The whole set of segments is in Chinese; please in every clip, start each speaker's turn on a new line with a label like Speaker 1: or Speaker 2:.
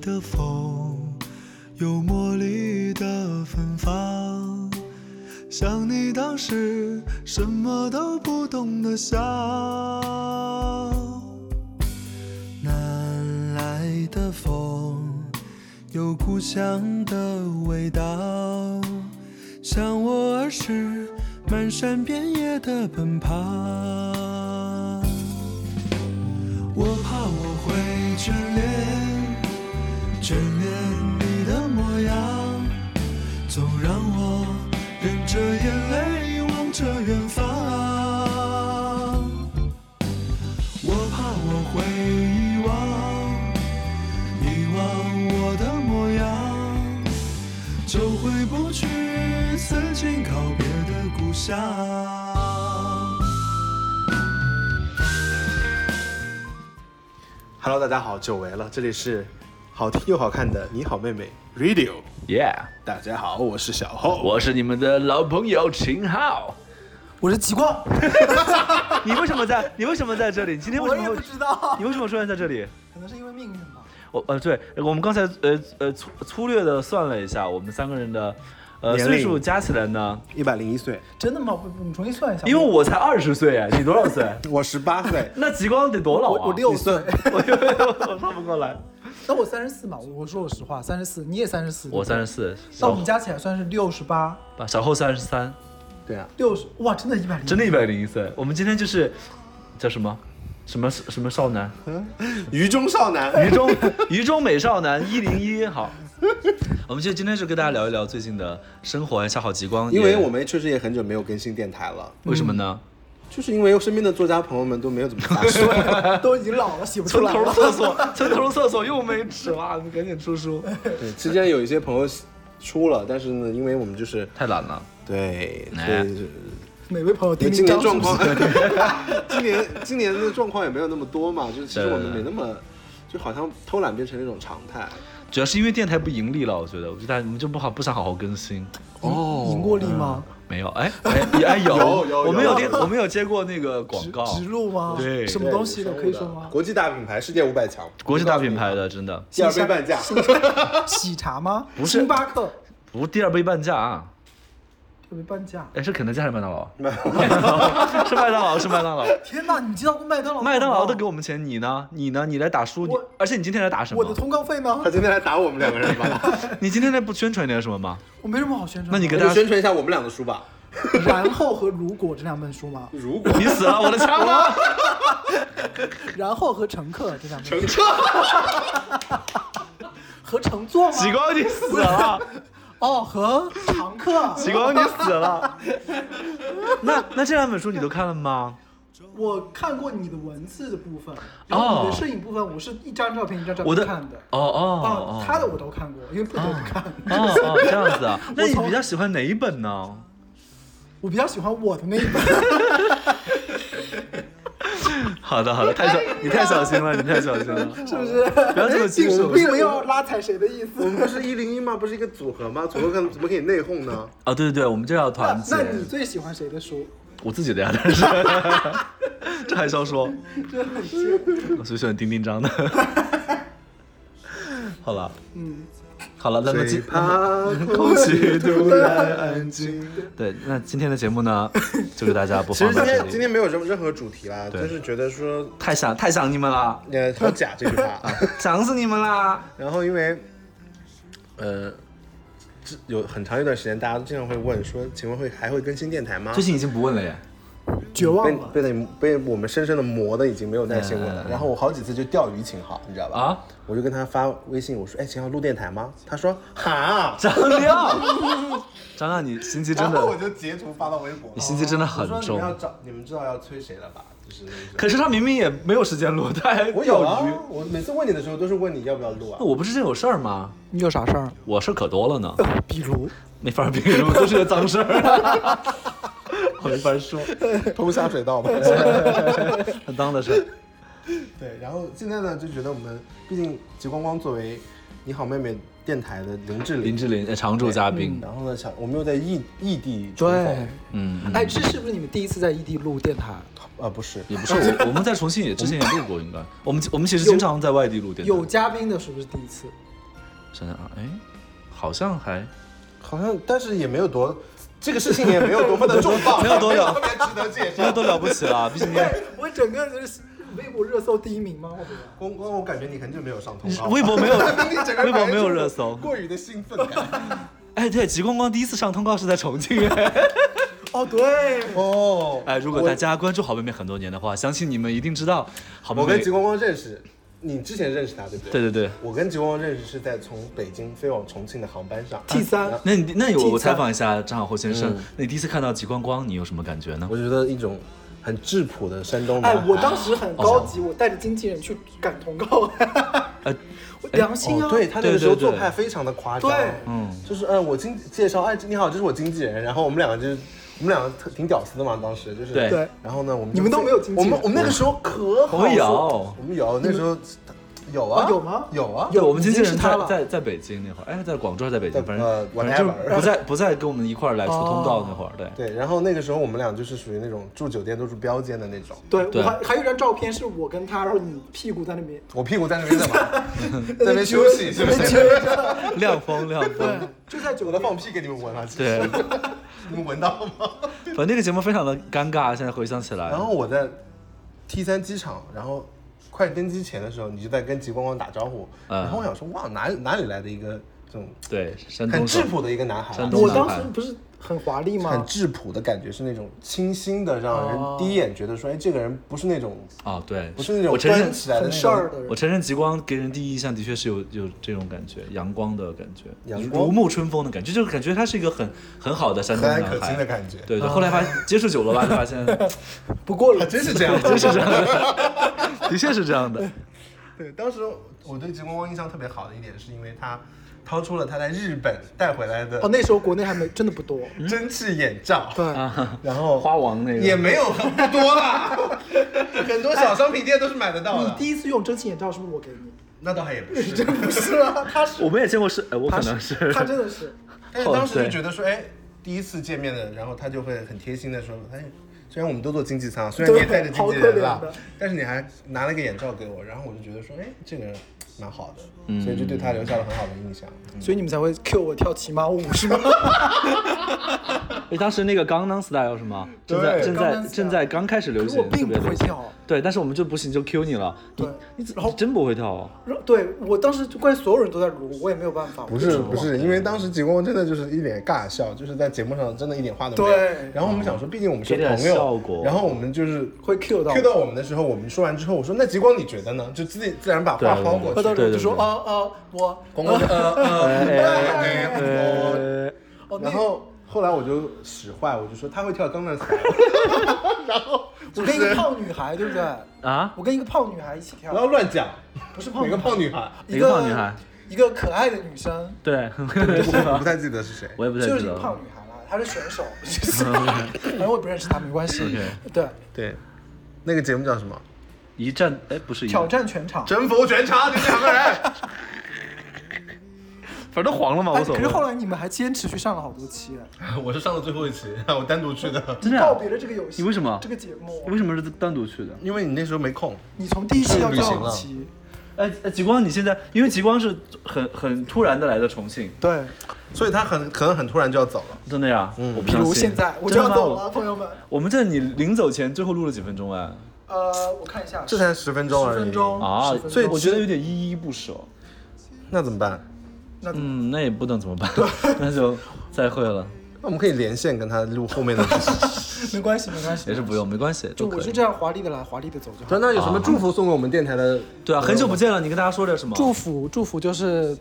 Speaker 1: 的风，有魔力的芬芳。像你当时什么都不懂的笑，南来的风有故乡的味道，像我儿时漫山遍野的奔跑。我怕我会眷恋，眷恋你的模样。总让我忍着眼泪望着远方。我怕我会遗忘，遗忘我的模样，就回不去曾经告别的故乡。
Speaker 2: Hello，大家好，久违了，这里是好听又好看的你好妹妹 Radio。
Speaker 3: Yeah，
Speaker 2: 大家好，我是小厚，
Speaker 3: 我是你们的老朋友秦昊。
Speaker 4: 我是极光，
Speaker 3: 你为什么在？你为什么在这里？你今天为
Speaker 4: 我
Speaker 3: 什么
Speaker 4: 也
Speaker 3: 会
Speaker 4: 不？知道，
Speaker 3: 你为什么出现在这里？
Speaker 4: 可能是因为命运吧。
Speaker 3: 我呃，对我们刚才呃呃粗粗略的算了一下，我们三个人的呃
Speaker 2: 年龄
Speaker 3: 岁数加起来呢，
Speaker 2: 一百零一岁，
Speaker 4: 真的吗？我我们重新算一下，
Speaker 3: 因为我才二十岁 哎，你多少岁？，
Speaker 2: 我十八岁
Speaker 3: 那极光得多老
Speaker 4: 我
Speaker 3: 啊？
Speaker 4: 我六岁，
Speaker 3: 我，我算不过来。
Speaker 4: 那我三十四嘛。我我说我实话，三十四，你也三十四，
Speaker 3: 我三十 四，
Speaker 4: 那
Speaker 3: 小
Speaker 4: 我们加起来算是六十八，
Speaker 3: 小后三十三，
Speaker 2: 对啊，
Speaker 4: 六十哇，真的一百零，
Speaker 3: 真的一百零一岁。我们今天就是叫什么什么什么少男？
Speaker 2: 愚忠少男。
Speaker 3: 愚忠 愚忠美少男一零一好。 我们就今天就跟大家聊一聊最近的生活，小好极光也。
Speaker 2: 因为我们确实也很久没有更新电台了，
Speaker 3: 为什么呢？
Speaker 2: 就是因为身边的作家朋友们都没有怎么发书。
Speaker 4: 都已经老了，洗
Speaker 2: 嗯
Speaker 4: 不出
Speaker 3: 村
Speaker 4: 来
Speaker 3: 头
Speaker 4: 了。
Speaker 3: 厕所，村头厕所 又没纸了，你赶紧出书。
Speaker 2: 对，期间有一些朋友出了，但是呢，因为我们就是
Speaker 3: 太懒了，
Speaker 2: 对，
Speaker 3: 哎
Speaker 2: 所以就
Speaker 4: 每位朋友
Speaker 2: 因为今
Speaker 4: 叮叮
Speaker 2: 年
Speaker 4: 当，
Speaker 2: 状况
Speaker 4: 是不是，
Speaker 2: 今年今年的状况也没有那么多嘛，就是其实
Speaker 3: 对对
Speaker 2: 我们
Speaker 3: 对
Speaker 2: 没那么，就好像偷懒变成了一种常态。
Speaker 3: 主要是因为电台不盈利了，我觉得，我觉得我们就不好不想好好更新。
Speaker 2: 哦
Speaker 4: 赢过利吗？
Speaker 3: 没有，哎 哎哎有，
Speaker 2: 有有
Speaker 3: 我们
Speaker 2: 有
Speaker 3: 有电，我们有接过那个广告，
Speaker 4: 植入吗？
Speaker 3: 嗯对
Speaker 4: 什么东西的可以说吗？
Speaker 2: 国际大品牌，世界五百强，
Speaker 3: 国际大品牌的，真的
Speaker 2: 第二杯 半价。
Speaker 4: 喜茶吗？
Speaker 3: 不是
Speaker 4: 星巴克，
Speaker 3: 不第二杯半价啊！
Speaker 4: 特别半价。
Speaker 3: 哎，是肯德基还是麦 当劳？ 麦当劳是麦当劳，是麦当劳。
Speaker 4: 天哪，你知道过麦当劳？
Speaker 3: 麦当劳都给我们钱，你呢？你呢？你来打书，你
Speaker 4: 我
Speaker 3: 而且你今天来打什
Speaker 4: 我的
Speaker 3: 么？
Speaker 4: 通告费呢
Speaker 2: 他？今天来打我们两个人吧，
Speaker 3: 你今天来不宣传点什么吗？
Speaker 4: 我没什么好宣传的。
Speaker 3: 那你 给
Speaker 2: 那
Speaker 3: 大
Speaker 2: 就
Speaker 3: 家，
Speaker 2: 宣传一下我们俩的书吧。
Speaker 4: 然后和如果这两本书吗？
Speaker 2: 如果
Speaker 3: 你死了，我的枪呢？
Speaker 4: 然后和乘客这两本
Speaker 2: 乘车，
Speaker 4: 书和乘坐吗？
Speaker 3: 极光，你死了！
Speaker 4: 哦，和常客。
Speaker 3: 极光，你死了！那那这两本书你都看了吗？
Speaker 4: 我看过你的文字的部分，然
Speaker 3: 哦
Speaker 4: 后你的摄影部分，我是一张照片一张照
Speaker 3: 我
Speaker 4: 片
Speaker 3: 的
Speaker 4: 看的。
Speaker 3: 哦哦
Speaker 4: 啊，他
Speaker 3: 哦
Speaker 4: 的我都看过，因为不得不看。
Speaker 3: 哦哦，这样 子啊？那你
Speaker 4: 从
Speaker 3: 比较喜欢哪一本呢？
Speaker 4: 我比较喜欢我的那一 本，
Speaker 3: 好的好的，太小，你太小心了，你太小心了。
Speaker 4: 是不是？
Speaker 3: 不要这么 轻
Speaker 4: 并
Speaker 3: 浮
Speaker 4: 并没有拉踩谁的意
Speaker 2: 我
Speaker 4: 思。
Speaker 2: 们不是一零一吗？不是一个组合吗？组合怎么怎么可以内讧呢？
Speaker 3: 啊！对对对，我们就要
Speaker 4: 那
Speaker 3: 团结
Speaker 4: 那。你最喜欢谁的书？
Speaker 3: 我自己的呀，但是 这还是要说，我最喜欢丁丁张的。 好了，嗯，好了，那么
Speaker 2: 最
Speaker 3: 今
Speaker 2: 怕
Speaker 3: 空气突然
Speaker 2: 安静。
Speaker 3: 对，那今天的节目 呢，就给大家播
Speaker 2: 其
Speaker 3: 放
Speaker 2: 实今
Speaker 3: 到这
Speaker 2: 天今
Speaker 3: 里。
Speaker 2: 天没有什么任何主题啦，
Speaker 3: 对
Speaker 2: 就是觉得说，
Speaker 3: 太想太想你们了，
Speaker 2: 呃，好假这句 话。
Speaker 3: 啊想死你们啦！
Speaker 2: 然后因为，呃，这有很长一段时间，大家经常会问说，请问会还会更新电台吗？
Speaker 3: 最近已经不问了耶。
Speaker 4: 绝望
Speaker 2: 被
Speaker 4: 了。
Speaker 2: 被你被我们深深的磨的已经没有耐心问了。然后我好几次就钓鱼秦昊，你知道吧？
Speaker 3: 嗯啊，
Speaker 2: 我就跟他发微信，我说，哎，秦昊录电台吗？他说， 哈。
Speaker 3: 张亮，张亮，你心机真
Speaker 2: 然后我
Speaker 3: 的，
Speaker 2: 就截图发到微博，
Speaker 3: 你心机真的
Speaker 2: 我
Speaker 3: 很
Speaker 2: 说你
Speaker 3: 重
Speaker 2: 们。要找，你们知道要催谁了吧？就是那种。
Speaker 3: 可是他明明也没有时间录，他还
Speaker 2: 我有
Speaker 3: 钓
Speaker 2: 啊
Speaker 3: 鱼。，
Speaker 2: 我每次问你的时候都是问你要不要录啊
Speaker 3: 那。我不是真有事儿吗？
Speaker 4: 你有啥事儿？
Speaker 3: 我事儿可多了呢。
Speaker 4: 比如，
Speaker 3: 没法比，都是个脏事儿， 我没法说，
Speaker 2: 通下水 道吧。
Speaker 3: 很脏的事儿。
Speaker 2: 对，然后现在呢，就觉得我们毕竟吉光光作为你好妹妹电台的林志玲，嗯
Speaker 3: 林志玲呃常驻嘉宾，
Speaker 2: 然后呢，想我们又在异异地重
Speaker 4: 对
Speaker 2: 逢，，
Speaker 3: 嗯，嗯
Speaker 4: 哎，这是不是你们第一次在异地录电台？
Speaker 2: 呃，不是，
Speaker 3: 也不是我， 我们在重庆也之前也录过，应该我们我们其实经常在外地录电台
Speaker 4: 有，嘉宾的是不是第一次？
Speaker 3: 想想啊，哎，好像还
Speaker 2: 好像但是也没有多，这个事情也没有多么的重磅，
Speaker 3: 没有多了
Speaker 2: 特别值得介
Speaker 3: 那
Speaker 2: 绍。
Speaker 3: 都了不起 了，毕竟你也
Speaker 4: 我整个人是微博热搜第一名吗？我觉得
Speaker 2: 光光我感觉你很久没有上通
Speaker 3: 你
Speaker 2: 告了，
Speaker 3: 微博 没有
Speaker 2: 你整个人
Speaker 3: 微博没有热搜
Speaker 2: 过于的兴奋 感。
Speaker 3: 哎，对，吉光光第一次上通告是在重 庆。
Speaker 4: 哦，对，
Speaker 2: 哦，
Speaker 3: 哎，如果大家关注好妹妹很多年的话，相信你们一定知道好妹
Speaker 2: 我
Speaker 3: 妹
Speaker 2: 跟。吉光光认识，你之前认识他对不对？
Speaker 3: 对对对，
Speaker 2: 我跟吉光光认识是在从北京飞往重庆的航班上。
Speaker 4: T 三
Speaker 2: 啊
Speaker 3: 那你那我我
Speaker 4: T3
Speaker 3: 采访一下张晓霍先生
Speaker 2: 嗯，
Speaker 3: 那你第一次看到吉光光，你有什么感觉呢？
Speaker 2: 我觉得一种很质朴的山东
Speaker 4: 哎
Speaker 2: 男孩。，
Speaker 4: 我当时很高级，我带着经纪人去赶通告，
Speaker 3: 呃，
Speaker 4: 我 良心
Speaker 2: 哦
Speaker 4: 啊，，
Speaker 2: 对他那个时候
Speaker 3: 对对对
Speaker 2: 做派非常的夸张，
Speaker 4: 对
Speaker 3: 嗯，
Speaker 2: 就是嗯，我经介绍，哎，你好，这是我经纪人，然后我们两个就是。我们两个特挺屌丝的嘛，当时就是
Speaker 3: 对嗯
Speaker 4: 对
Speaker 2: 然后呢，我们就
Speaker 4: 你们都没有经纪人
Speaker 2: 我们我们那个时候可好
Speaker 3: 我们有
Speaker 2: 说我们有那时候有啊
Speaker 4: 啊有吗
Speaker 2: 有啊，
Speaker 3: 对，我们经纪人
Speaker 4: 已经是他
Speaker 3: 在
Speaker 4: 了
Speaker 3: 在在北京那会儿，哎，在广州还是在北京，
Speaker 2: 在
Speaker 3: 反正
Speaker 2: 呃
Speaker 3: 反正就
Speaker 2: whatever
Speaker 3: 不在不在跟我们一块儿来出通告那会 儿，对。
Speaker 2: 对，然后那个时候我们俩就是属于那种住酒店都住标间的那种，
Speaker 4: 对
Speaker 3: 对
Speaker 4: 我还还有一张照片是我跟他，然后你屁股在那边
Speaker 2: 我屁股在那边干 嘛？在那边休息是不
Speaker 4: 在那
Speaker 2: 是？
Speaker 4: 撅 着，
Speaker 3: 亮风亮
Speaker 4: 对
Speaker 3: 风，，
Speaker 4: 就在酒
Speaker 2: 我在
Speaker 4: 店
Speaker 2: 放屁给你们闻啊，其实
Speaker 3: 对，
Speaker 2: 你们闻到吗？
Speaker 3: 反正那个节目非常的尴尬，现在回想起来
Speaker 2: 然，后我在 T 三机场，然后快登机前的时候，你就在跟吉光光打招呼，
Speaker 3: 嗯
Speaker 2: 然后我想说，哇，哪哪里来的一个这种
Speaker 3: 对，山
Speaker 2: 很
Speaker 3: 东
Speaker 2: 质
Speaker 3: 省，
Speaker 2: 朴的一个男孩啊、
Speaker 3: 山东
Speaker 4: 我
Speaker 3: 男
Speaker 4: 当
Speaker 3: 孩
Speaker 4: 时不是很华丽
Speaker 2: 很
Speaker 4: 吗？
Speaker 2: 质朴的感觉是那种清新的，让
Speaker 4: 哦
Speaker 2: 人第一眼觉得说，哎，这个人不是那种
Speaker 3: 哦，对，
Speaker 2: 不是那种
Speaker 3: 我承认
Speaker 2: 端起来的
Speaker 4: 很
Speaker 2: 那
Speaker 4: 事儿
Speaker 2: 种，
Speaker 4: 的人
Speaker 3: 我，承认极光给人第一印象的确是有有这种感觉，阳光的感觉，
Speaker 2: 阳光
Speaker 3: 如沐春风的感觉，就是感觉他是一个很很好的山东
Speaker 2: 和
Speaker 3: 男
Speaker 2: 蔼可亲的
Speaker 3: 孩。
Speaker 2: 感觉。
Speaker 3: 对
Speaker 4: 啊
Speaker 3: 对，后来 发接触久了吧，就发 现
Speaker 4: 不过
Speaker 2: 啊，
Speaker 4: 了，
Speaker 2: 真是 这样，
Speaker 3: 真是这样的，的确是这样的。
Speaker 2: 对，当时我对吉光光印象特别好的一点，是因为他掏出了他在日本带回来的
Speaker 4: 哦，那时候国内还没真的不多，
Speaker 2: 蒸汽眼罩，
Speaker 4: 对，
Speaker 2: 然后
Speaker 3: 花王那个
Speaker 2: 也没有不多 啦，很多小商品店都是买得到
Speaker 4: 哎你
Speaker 2: 的。
Speaker 4: 第一次用蒸汽眼罩是不是我给你？
Speaker 2: 那倒还也不是，
Speaker 4: 真不是啊，他是
Speaker 3: 我们也见过是，呃我可
Speaker 4: 他
Speaker 3: 能
Speaker 4: 是
Speaker 3: 是
Speaker 4: 他真的是，
Speaker 2: 但是当时就觉得
Speaker 4: 哦
Speaker 2: 说，哎，第一次见面的，然后他就会很贴心的说，哎，虽然我们都坐经济舱，虽然你也带着经纪人
Speaker 4: 对
Speaker 2: 了
Speaker 4: 好可怜的，
Speaker 2: 但是你还拿了个眼罩给我，然后我就觉得说，哎，这个人蛮好
Speaker 4: 嗯
Speaker 2: 的，所以就对他留下了很好的印象。
Speaker 4: 所以你们才会 Q 我跳 骑马舞是吗？
Speaker 3: 哎当时那个《江南 Style》是吗？
Speaker 2: 对
Speaker 3: 正在
Speaker 2: 江
Speaker 3: 正
Speaker 4: 南
Speaker 3: 在
Speaker 4: style
Speaker 3: 正在刚开始流
Speaker 4: 可是
Speaker 3: 行
Speaker 4: 我，并
Speaker 3: 特别
Speaker 4: 不
Speaker 3: 流
Speaker 4: 会
Speaker 3: 行。
Speaker 4: 跳，
Speaker 3: 对，但是我们就不行，就 Q 你了。你
Speaker 4: 对
Speaker 3: 你怎你真不会跳啊？
Speaker 4: 然后对我当时就关键所有人都在撸，我也没有办法，
Speaker 2: 不
Speaker 4: 我
Speaker 2: 是
Speaker 4: 就只能
Speaker 2: 不是，因为当时吉光真的就是一脸尬笑，就是在节目上真的一点话都没有。
Speaker 4: 对
Speaker 2: 然后我们想说，毕竟我们是
Speaker 3: 给点
Speaker 2: 朋
Speaker 3: 效
Speaker 2: 友
Speaker 3: 果，
Speaker 2: 然后我们就是
Speaker 4: 会 Q 到
Speaker 2: Q 到我们的时候，我们说完之后，我说那极光你觉得呢？就自己自然把话
Speaker 3: 对
Speaker 2: 抛过
Speaker 4: 我，到
Speaker 2: 去。
Speaker 4: 时候就说
Speaker 3: 对对对
Speaker 4: 啊啊我
Speaker 2: 光光就呃呃
Speaker 3: 哎
Speaker 2: 呃呃，
Speaker 3: 呃，
Speaker 4: 哦那
Speaker 2: 然后后来我就使坏，我就说他会跳钢管舞，
Speaker 4: 我跟一个胖女孩对不对？
Speaker 3: 啊，
Speaker 4: 我跟一个胖女孩一起
Speaker 2: 然后
Speaker 4: 跳，
Speaker 2: 乱讲，
Speaker 4: 不是胖
Speaker 2: 哪
Speaker 4: 女
Speaker 2: 个
Speaker 4: 孩，
Speaker 2: 胖女孩？
Speaker 4: 一
Speaker 3: 哪
Speaker 4: 个
Speaker 3: 个胖女孩，
Speaker 4: 一个可爱的女生，
Speaker 3: 对，
Speaker 2: 我不太记得是谁。
Speaker 3: 我也不太
Speaker 4: 就
Speaker 3: 记
Speaker 4: 是一
Speaker 3: 得了
Speaker 4: 个
Speaker 3: 嗯
Speaker 4: 胖。女孩啦，她是选手， 就是反正我也不认识她，没关系
Speaker 3: OK。嗯
Speaker 4: 对，
Speaker 2: 对，那个节目叫什么？
Speaker 3: 一战，哎，不是一
Speaker 4: 挑
Speaker 3: 战，
Speaker 4: 战全场。
Speaker 2: 征服全场，你们两个人。
Speaker 3: 反正都黄了嘛，
Speaker 4: 哎，
Speaker 3: 无所
Speaker 4: 可
Speaker 3: 谓。
Speaker 4: 是后来你们还坚持去上了好多期，
Speaker 2: 我是上了最后一期，我单独去的，
Speaker 3: 真的啊
Speaker 4: 告别了这个游戏，
Speaker 3: 你为什么
Speaker 4: 这个节目
Speaker 3: 你？为什么是单独去的？
Speaker 2: 因为你那时候没空。
Speaker 4: 你从第一期到
Speaker 2: 去
Speaker 4: 第
Speaker 2: 旅行
Speaker 4: 二
Speaker 2: 了
Speaker 4: 期，
Speaker 3: 哎哎，极光，你现在因为极光是很很突然的来的重庆，
Speaker 4: 对，
Speaker 2: 所以他很可能很突然就要走了。
Speaker 3: 真的呀？
Speaker 2: 嗯
Speaker 3: 我不
Speaker 4: 比
Speaker 3: 相
Speaker 4: 如
Speaker 3: 信
Speaker 4: 现在我就要走。
Speaker 3: 真的
Speaker 4: 了，
Speaker 3: 吗
Speaker 4: 朋友们。
Speaker 3: 我们在你临走前最后录了几分钟哎？
Speaker 4: 呃，我看一下，
Speaker 2: 这才十分钟而已
Speaker 4: 十分钟
Speaker 3: 啊
Speaker 4: 十分，钟
Speaker 2: 所以
Speaker 3: 我觉得有点依依不舍。
Speaker 2: 那怎么办？
Speaker 4: 那
Speaker 3: 嗯，那也不能怎么办，那就再会了，
Speaker 2: 那我们可以连线跟他录后面的。
Speaker 4: 没关系，没关系，
Speaker 3: 也是不用，没关系，都
Speaker 4: 就我
Speaker 3: 可
Speaker 4: 是
Speaker 3: 以。
Speaker 4: 这样华丽的来，华丽的走就好
Speaker 2: 对，。那有什么祝福送给我们电台 的？
Speaker 3: 对啊，很久不见了，你跟大家说点什么？
Speaker 4: 祝福祝福就是，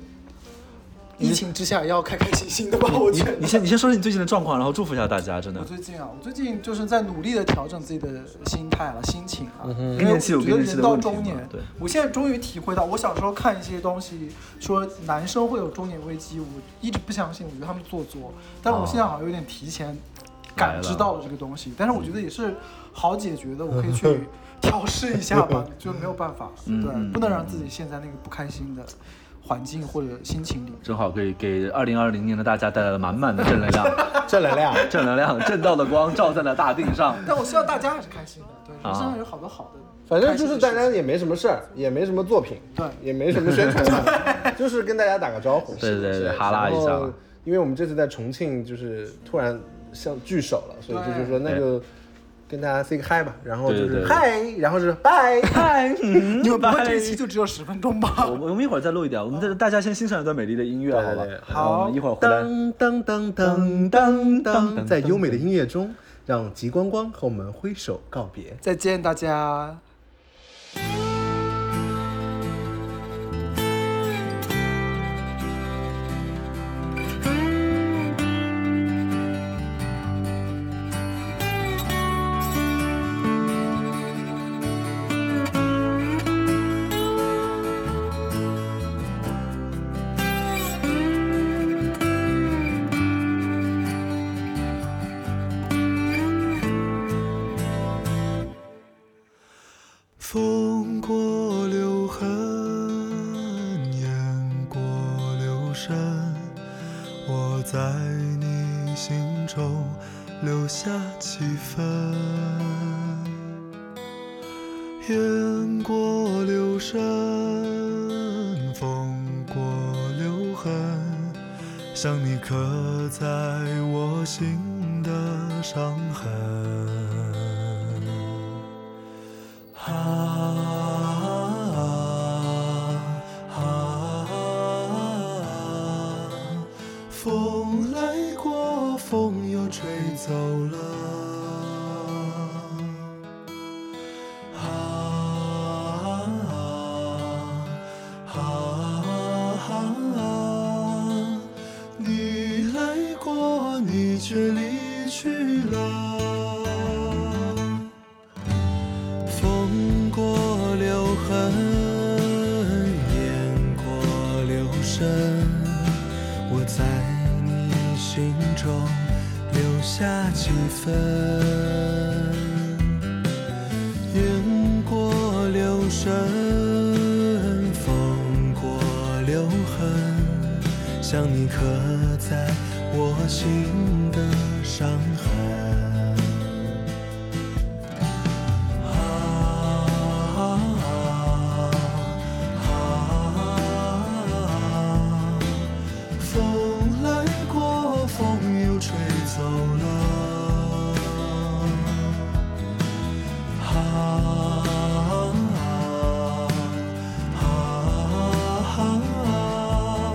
Speaker 4: 疫情之下要开开心心的吧，我觉
Speaker 3: 你
Speaker 4: 得。
Speaker 3: 你先你先说说你最近的状况，然后祝福一下大家，真的
Speaker 4: 我。最近啊，我最近就是在努力的调整自己的心态了、心情
Speaker 2: 嗯
Speaker 4: 啊。
Speaker 3: 更
Speaker 4: 因为我
Speaker 3: 年期有
Speaker 4: 觉
Speaker 3: 更
Speaker 4: 得
Speaker 3: 年期的
Speaker 4: 人到
Speaker 3: 问题嘛
Speaker 4: 中年，
Speaker 3: 对
Speaker 4: 我现在终于体会到，我小时候看一些东西说男生会有中年危机，我一直不相信，我觉得他们做作。但我现在好像有点提前
Speaker 3: 来
Speaker 4: 感
Speaker 3: 了嗯
Speaker 4: 知到了这个东西，但是我觉得也是好解决的，我可以去
Speaker 3: 嗯
Speaker 4: 调试一下吧，就没有办法，对，不能让自己陷在那个不开心的环境或者心情里。
Speaker 3: 正好可以给二零二零年的大家带来了满满的正能量，
Speaker 2: 正能量。
Speaker 3: 正能量，正道的光照在了大地上。
Speaker 4: 但我希望大家还是开心的，对，人生
Speaker 3: 啊
Speaker 4: 还有好多好的。
Speaker 2: 反正就是大
Speaker 4: 开
Speaker 2: 家
Speaker 4: 心的事
Speaker 2: 也没什么事儿，也没什么作品，
Speaker 4: 对
Speaker 2: 也没什么宣 传，就是跟大家打个招呼，
Speaker 3: 对对对
Speaker 2: 然后
Speaker 3: 哈拉一下
Speaker 2: 因为我们这次在重庆就是突然像聚首了，所以
Speaker 4: 对
Speaker 2: 就是说那就跟大家 say 个 hi 吧，然后就
Speaker 3: 对
Speaker 2: 是
Speaker 3: 对对
Speaker 2: 嗨，然后是拜
Speaker 3: 嗨，
Speaker 4: 情，
Speaker 3: 你
Speaker 4: 你们不会这一期就只有十分钟吧？
Speaker 3: 我们我们一会儿再录一点，我们大大家先欣赏一段美丽的音乐，好吧
Speaker 2: 对对？对
Speaker 3: 好，我们一会儿回来。
Speaker 2: 噔噔噔噔噔噔，在优美的音乐中，让极光光和我们挥手告别。
Speaker 4: 再见大家。
Speaker 1: 风过留痕，雁过留声，我在你心中留下几分。雁过留声，风过留痕，想你刻在我心的伤痕。啊啊啊！风来过，风又吹走了。啊啊啊！你来过，你却离去了。风过留痕，雁过留声，我在你心中留下几分。雁过留声，风过留痕，想你刻在我心的伤痕。啊啊啊啊啊！风来过，风又吹走了。啊啊啊！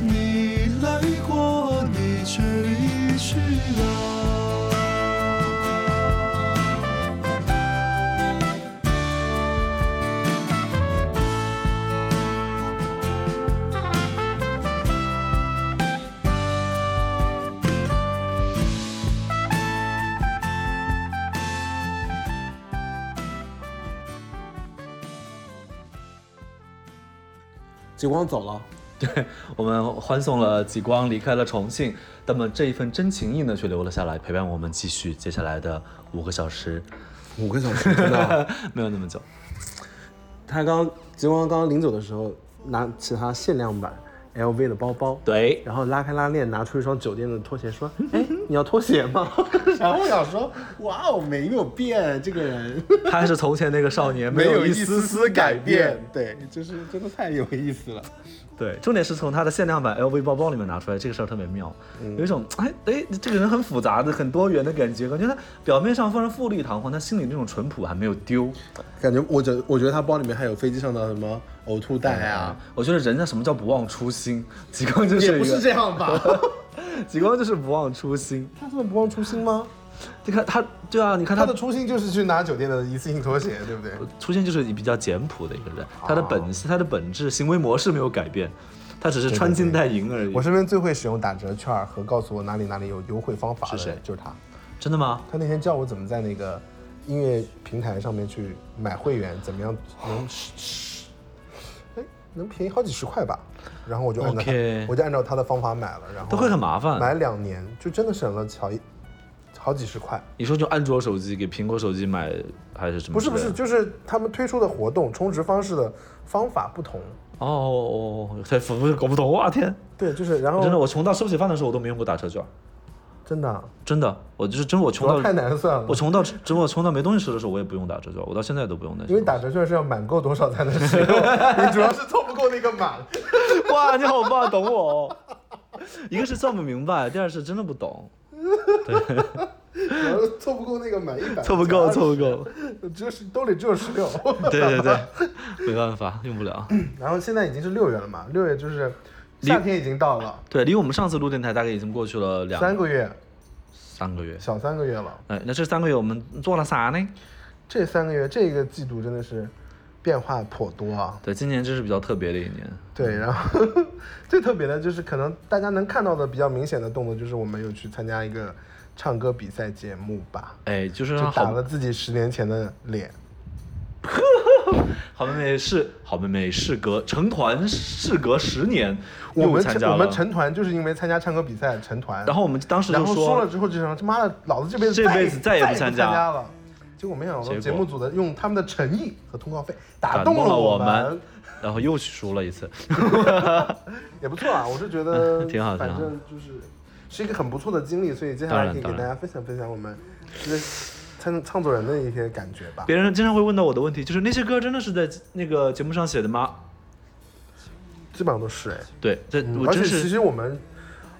Speaker 1: 你来过，你却离去了。
Speaker 2: 极光走了，
Speaker 3: 我们欢送了极光离开了重庆，那么这一份真情意呢，却留了下来，陪伴我们继续接下来的五个小时，
Speaker 2: 五个小时，真的。
Speaker 3: 没有那么久。
Speaker 2: 他刚极光刚临走的时候，拿起他限量版 LV 的包包，
Speaker 3: 对，
Speaker 2: 然后拉开拉链，拿出一双酒店的拖鞋，说：“ 哎，你要拖鞋 吗？”然后我想说：“哇哦，没有变，这个 人
Speaker 3: 他还是从前那个少年，没有
Speaker 2: 有
Speaker 3: 一
Speaker 2: 丝
Speaker 3: 丝
Speaker 2: 丝
Speaker 3: 丝
Speaker 2: 改
Speaker 3: 改
Speaker 2: 变
Speaker 3: 变。。
Speaker 2: 对，就是真的太有意思了。
Speaker 3: 对，重点是从他的限量版 LV 包包里面拿出来，这个事儿特别妙，
Speaker 2: 嗯
Speaker 3: 有一种哎哎，这个人很复杂的、很多元的感觉，感觉他表面上非常富丽堂皇，他心里那种淳朴还没有丢。
Speaker 2: 感觉我觉我觉得他包里面还有飞机上的什么呕吐袋啊，
Speaker 3: 我觉得人家什么叫不忘初心，极光就是一
Speaker 2: 也
Speaker 3: 个
Speaker 2: 不是这样 吧？
Speaker 3: 极光就是不忘初心。
Speaker 2: 他真的不忘初心吗？
Speaker 3: 你看他，对啊，你看
Speaker 2: 他
Speaker 3: 他
Speaker 2: 的初心就是去拿酒店的一次性拖鞋，对不对？
Speaker 3: 出现就是比较简朴的一个人，
Speaker 2: 哦
Speaker 3: 他的本他的本质行为模式没有改变，他只是穿金戴银而已。
Speaker 2: 我身边最会使用打折券儿和告诉我哪里哪里有优惠方法的
Speaker 3: 是谁
Speaker 2: 就是他。
Speaker 3: 真的吗？
Speaker 2: 他那天教我怎么在那个音乐平台上面去买会员，怎么样能哎能便宜好几十块吧。然后我就按照他
Speaker 3: OK
Speaker 2: 我就按照他的方法买了，然后
Speaker 3: 都会很麻烦
Speaker 2: 买两年就真的省了好一好几十块。
Speaker 3: 你说就安卓手机给苹果手机买还是什么
Speaker 2: 不
Speaker 3: 之
Speaker 2: 是
Speaker 3: 类
Speaker 2: 不
Speaker 3: 的？
Speaker 2: 是，就是他们推出的活动充值方式的方法不同，
Speaker 3: 哦哦哦，才不是搞不懂，哇天！
Speaker 2: 对，就是然后
Speaker 3: 真的，我穷到吃不起饭的时候，我都没用过打车券，
Speaker 2: 真的啊
Speaker 3: 真的，我就是真我
Speaker 2: 主
Speaker 3: 穷
Speaker 2: 要太
Speaker 3: 到
Speaker 2: 难算了
Speaker 3: 我，穷到真我穷到没东西吃的时候，我也不用打折券，我到现在都不用那些东西。
Speaker 2: 因为打折券是要满够多少才能使 用，你主要是凑不够那个满。
Speaker 3: 哇，你好棒，懂我、哦。一个是算不明白，第二是真的不懂，
Speaker 2: 然后凑不够那个满一百，
Speaker 3: 凑不够，凑 不够。
Speaker 2: 不，只有十兜里只有十六。
Speaker 3: 对对对，没办法，用不了。
Speaker 2: 然后现在已经是六月了嘛，六月就是夏天已经到了，
Speaker 3: 对，离我们上次录电台大概已经过去了两
Speaker 2: 三个月，
Speaker 3: 三个月。
Speaker 2: 小三个月了。
Speaker 3: 哎，那这三个月我们做了啥呢？
Speaker 2: 这三个月这个季度真的是变化颇多啊。
Speaker 3: 对，今年真是比较特别的一年。
Speaker 2: 对，然后 最特别的就是可能大家能看到的比较明显的动作，就是我们有去参加一个唱歌比赛节目吧，
Speaker 3: 哎，就是
Speaker 2: 就
Speaker 3: 让
Speaker 2: 打
Speaker 3: 好
Speaker 2: 了自己十年前的脸。
Speaker 3: 好妹妹是好妹妹，事隔成团，事隔十年
Speaker 2: 我
Speaker 3: 又
Speaker 2: 们
Speaker 3: 参加
Speaker 2: 成
Speaker 3: 了。
Speaker 2: 我们成团就是因为参加唱歌比赛成团，
Speaker 3: 然后我们当时
Speaker 2: 然
Speaker 3: 就
Speaker 2: 后
Speaker 3: 说
Speaker 2: 了之后就想，他妈的，老子这辈子
Speaker 3: 这辈子
Speaker 2: 再
Speaker 3: 再也不
Speaker 2: 不
Speaker 3: 参
Speaker 2: 参
Speaker 3: 加
Speaker 2: 了。结果没想
Speaker 3: 结
Speaker 2: 到
Speaker 3: 果
Speaker 2: 节目组的用他们的诚意和通告费打
Speaker 3: 打
Speaker 2: 动
Speaker 3: 动
Speaker 2: 了
Speaker 3: 了我
Speaker 2: 们
Speaker 3: 们，，然后又输了一次。
Speaker 2: 也不错啊。我是觉得
Speaker 3: 挺好
Speaker 2: 反
Speaker 3: 挺好
Speaker 2: 正就是是一个很不错的经历，所以接下
Speaker 3: 当
Speaker 2: 来
Speaker 3: 然
Speaker 2: 可以给
Speaker 3: 当
Speaker 2: 大
Speaker 3: 然
Speaker 2: 家分享分享我们就是唱唱作人的一些感觉吧。
Speaker 3: 别人经常会问到我的问题，就是那些歌真的是在那个节目上写的吗？
Speaker 2: 基本上都是哎，
Speaker 3: 对，这
Speaker 2: 嗯
Speaker 3: 我
Speaker 2: 而
Speaker 3: 真
Speaker 2: 且其
Speaker 3: 是
Speaker 2: 实我们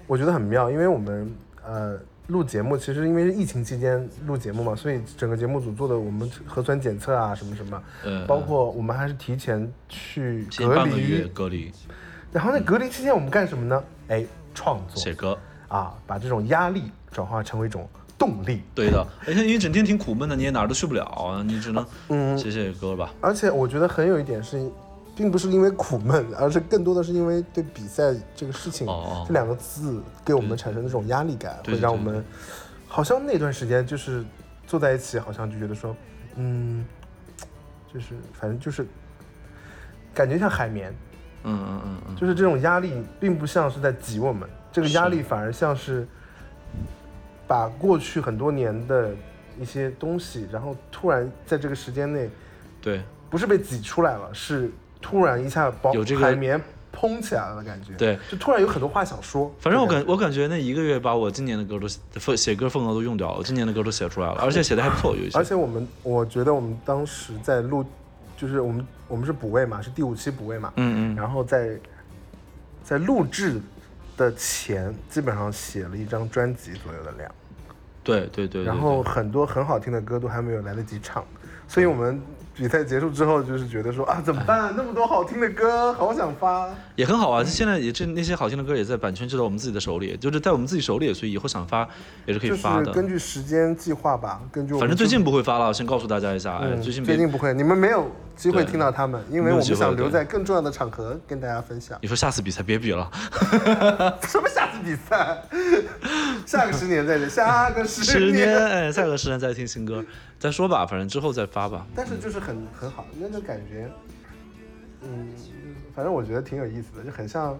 Speaker 2: 我觉得很妙，因为我们呃录节目，其实因为是疫情期间录节目嘛，所以整个节目组做的我们核酸检测啊什么什么，
Speaker 3: 呃
Speaker 2: 包括我们还是提前去
Speaker 3: 前
Speaker 2: 隔
Speaker 3: 半个月
Speaker 2: 离，
Speaker 3: 隔离
Speaker 2: 然后在隔离期间我们干什么呢？哎，创
Speaker 3: 写
Speaker 2: 作
Speaker 3: 歌，
Speaker 2: 啊，把这种压力转化成为一种动力。
Speaker 3: 对的。而且你整天挺苦闷的，你也哪儿都去不了，你只能
Speaker 2: 嗯
Speaker 3: 写写歌吧。
Speaker 2: 而且我觉得很有一点是，并不是因为苦闷，而是更多的是因为对比赛这个事情、
Speaker 3: 哦
Speaker 2: 这两个字给我们产生的这种压力感，
Speaker 3: 对对
Speaker 2: 会让我们好像那段时间就是坐在一起，好像就觉得说，嗯，就是反正就是感觉像海绵，
Speaker 3: 嗯嗯嗯嗯，
Speaker 2: 就是这种压力并不像是在挤我们，这个压力反而像是把过去很多年的一些东西，然后突然在这个时间内。
Speaker 3: 对
Speaker 2: 不是被挤出来了，是突然一下把
Speaker 3: 有这个
Speaker 2: 海绵膨起来了的感觉。，
Speaker 3: 对。
Speaker 2: 就突然有很多话想说。
Speaker 3: 反正我感
Speaker 2: 对
Speaker 3: 我感觉那一个月把我今年的歌都份写歌份额都用掉了，我今年的歌都写出来了，而且写的还不错，有一些嗯
Speaker 2: 而。且我们，我觉得我们当时在录，就是我们我们是补位嘛，是第五期补位嘛，
Speaker 3: 嗯嗯，
Speaker 2: 然后在在录制的前，基本上写了一张专辑左右的量，
Speaker 3: 对对对。对
Speaker 2: 然后很多很好听的歌都还没有来得及唱，所以我们。比赛结束之后，就是觉得说啊，怎么办？那么多好听的歌，好想发。
Speaker 3: 也很好啊，现在也这那些好听的歌也在版权就在我们自己的手里，就是在我们自己手里，所以以后想发也是可以
Speaker 2: 就是
Speaker 3: 发的。
Speaker 2: 根据时间计划吧，根据我们
Speaker 3: 反正最
Speaker 2: 自己
Speaker 3: 近不会发了，我先告诉大家一下，哎，
Speaker 2: 嗯
Speaker 3: 最近别
Speaker 2: 最近不会，你们没有机会
Speaker 3: 对
Speaker 2: 听到他们，因
Speaker 3: 没
Speaker 2: 为
Speaker 3: 有
Speaker 2: 我们
Speaker 3: 机会
Speaker 2: 想留
Speaker 3: 对。
Speaker 2: 在更重要的场合跟大家分享
Speaker 3: 你说下次比赛别 比了，
Speaker 2: 什么下次比赛？下个十年再见，下个十
Speaker 3: 十年，
Speaker 2: 年。
Speaker 3: 哎，下个十年再听新歌，再说吧，反正之后再发吧。
Speaker 2: 但是就是很很好，那种感觉，嗯，反正我觉得挺有意思的，就很像，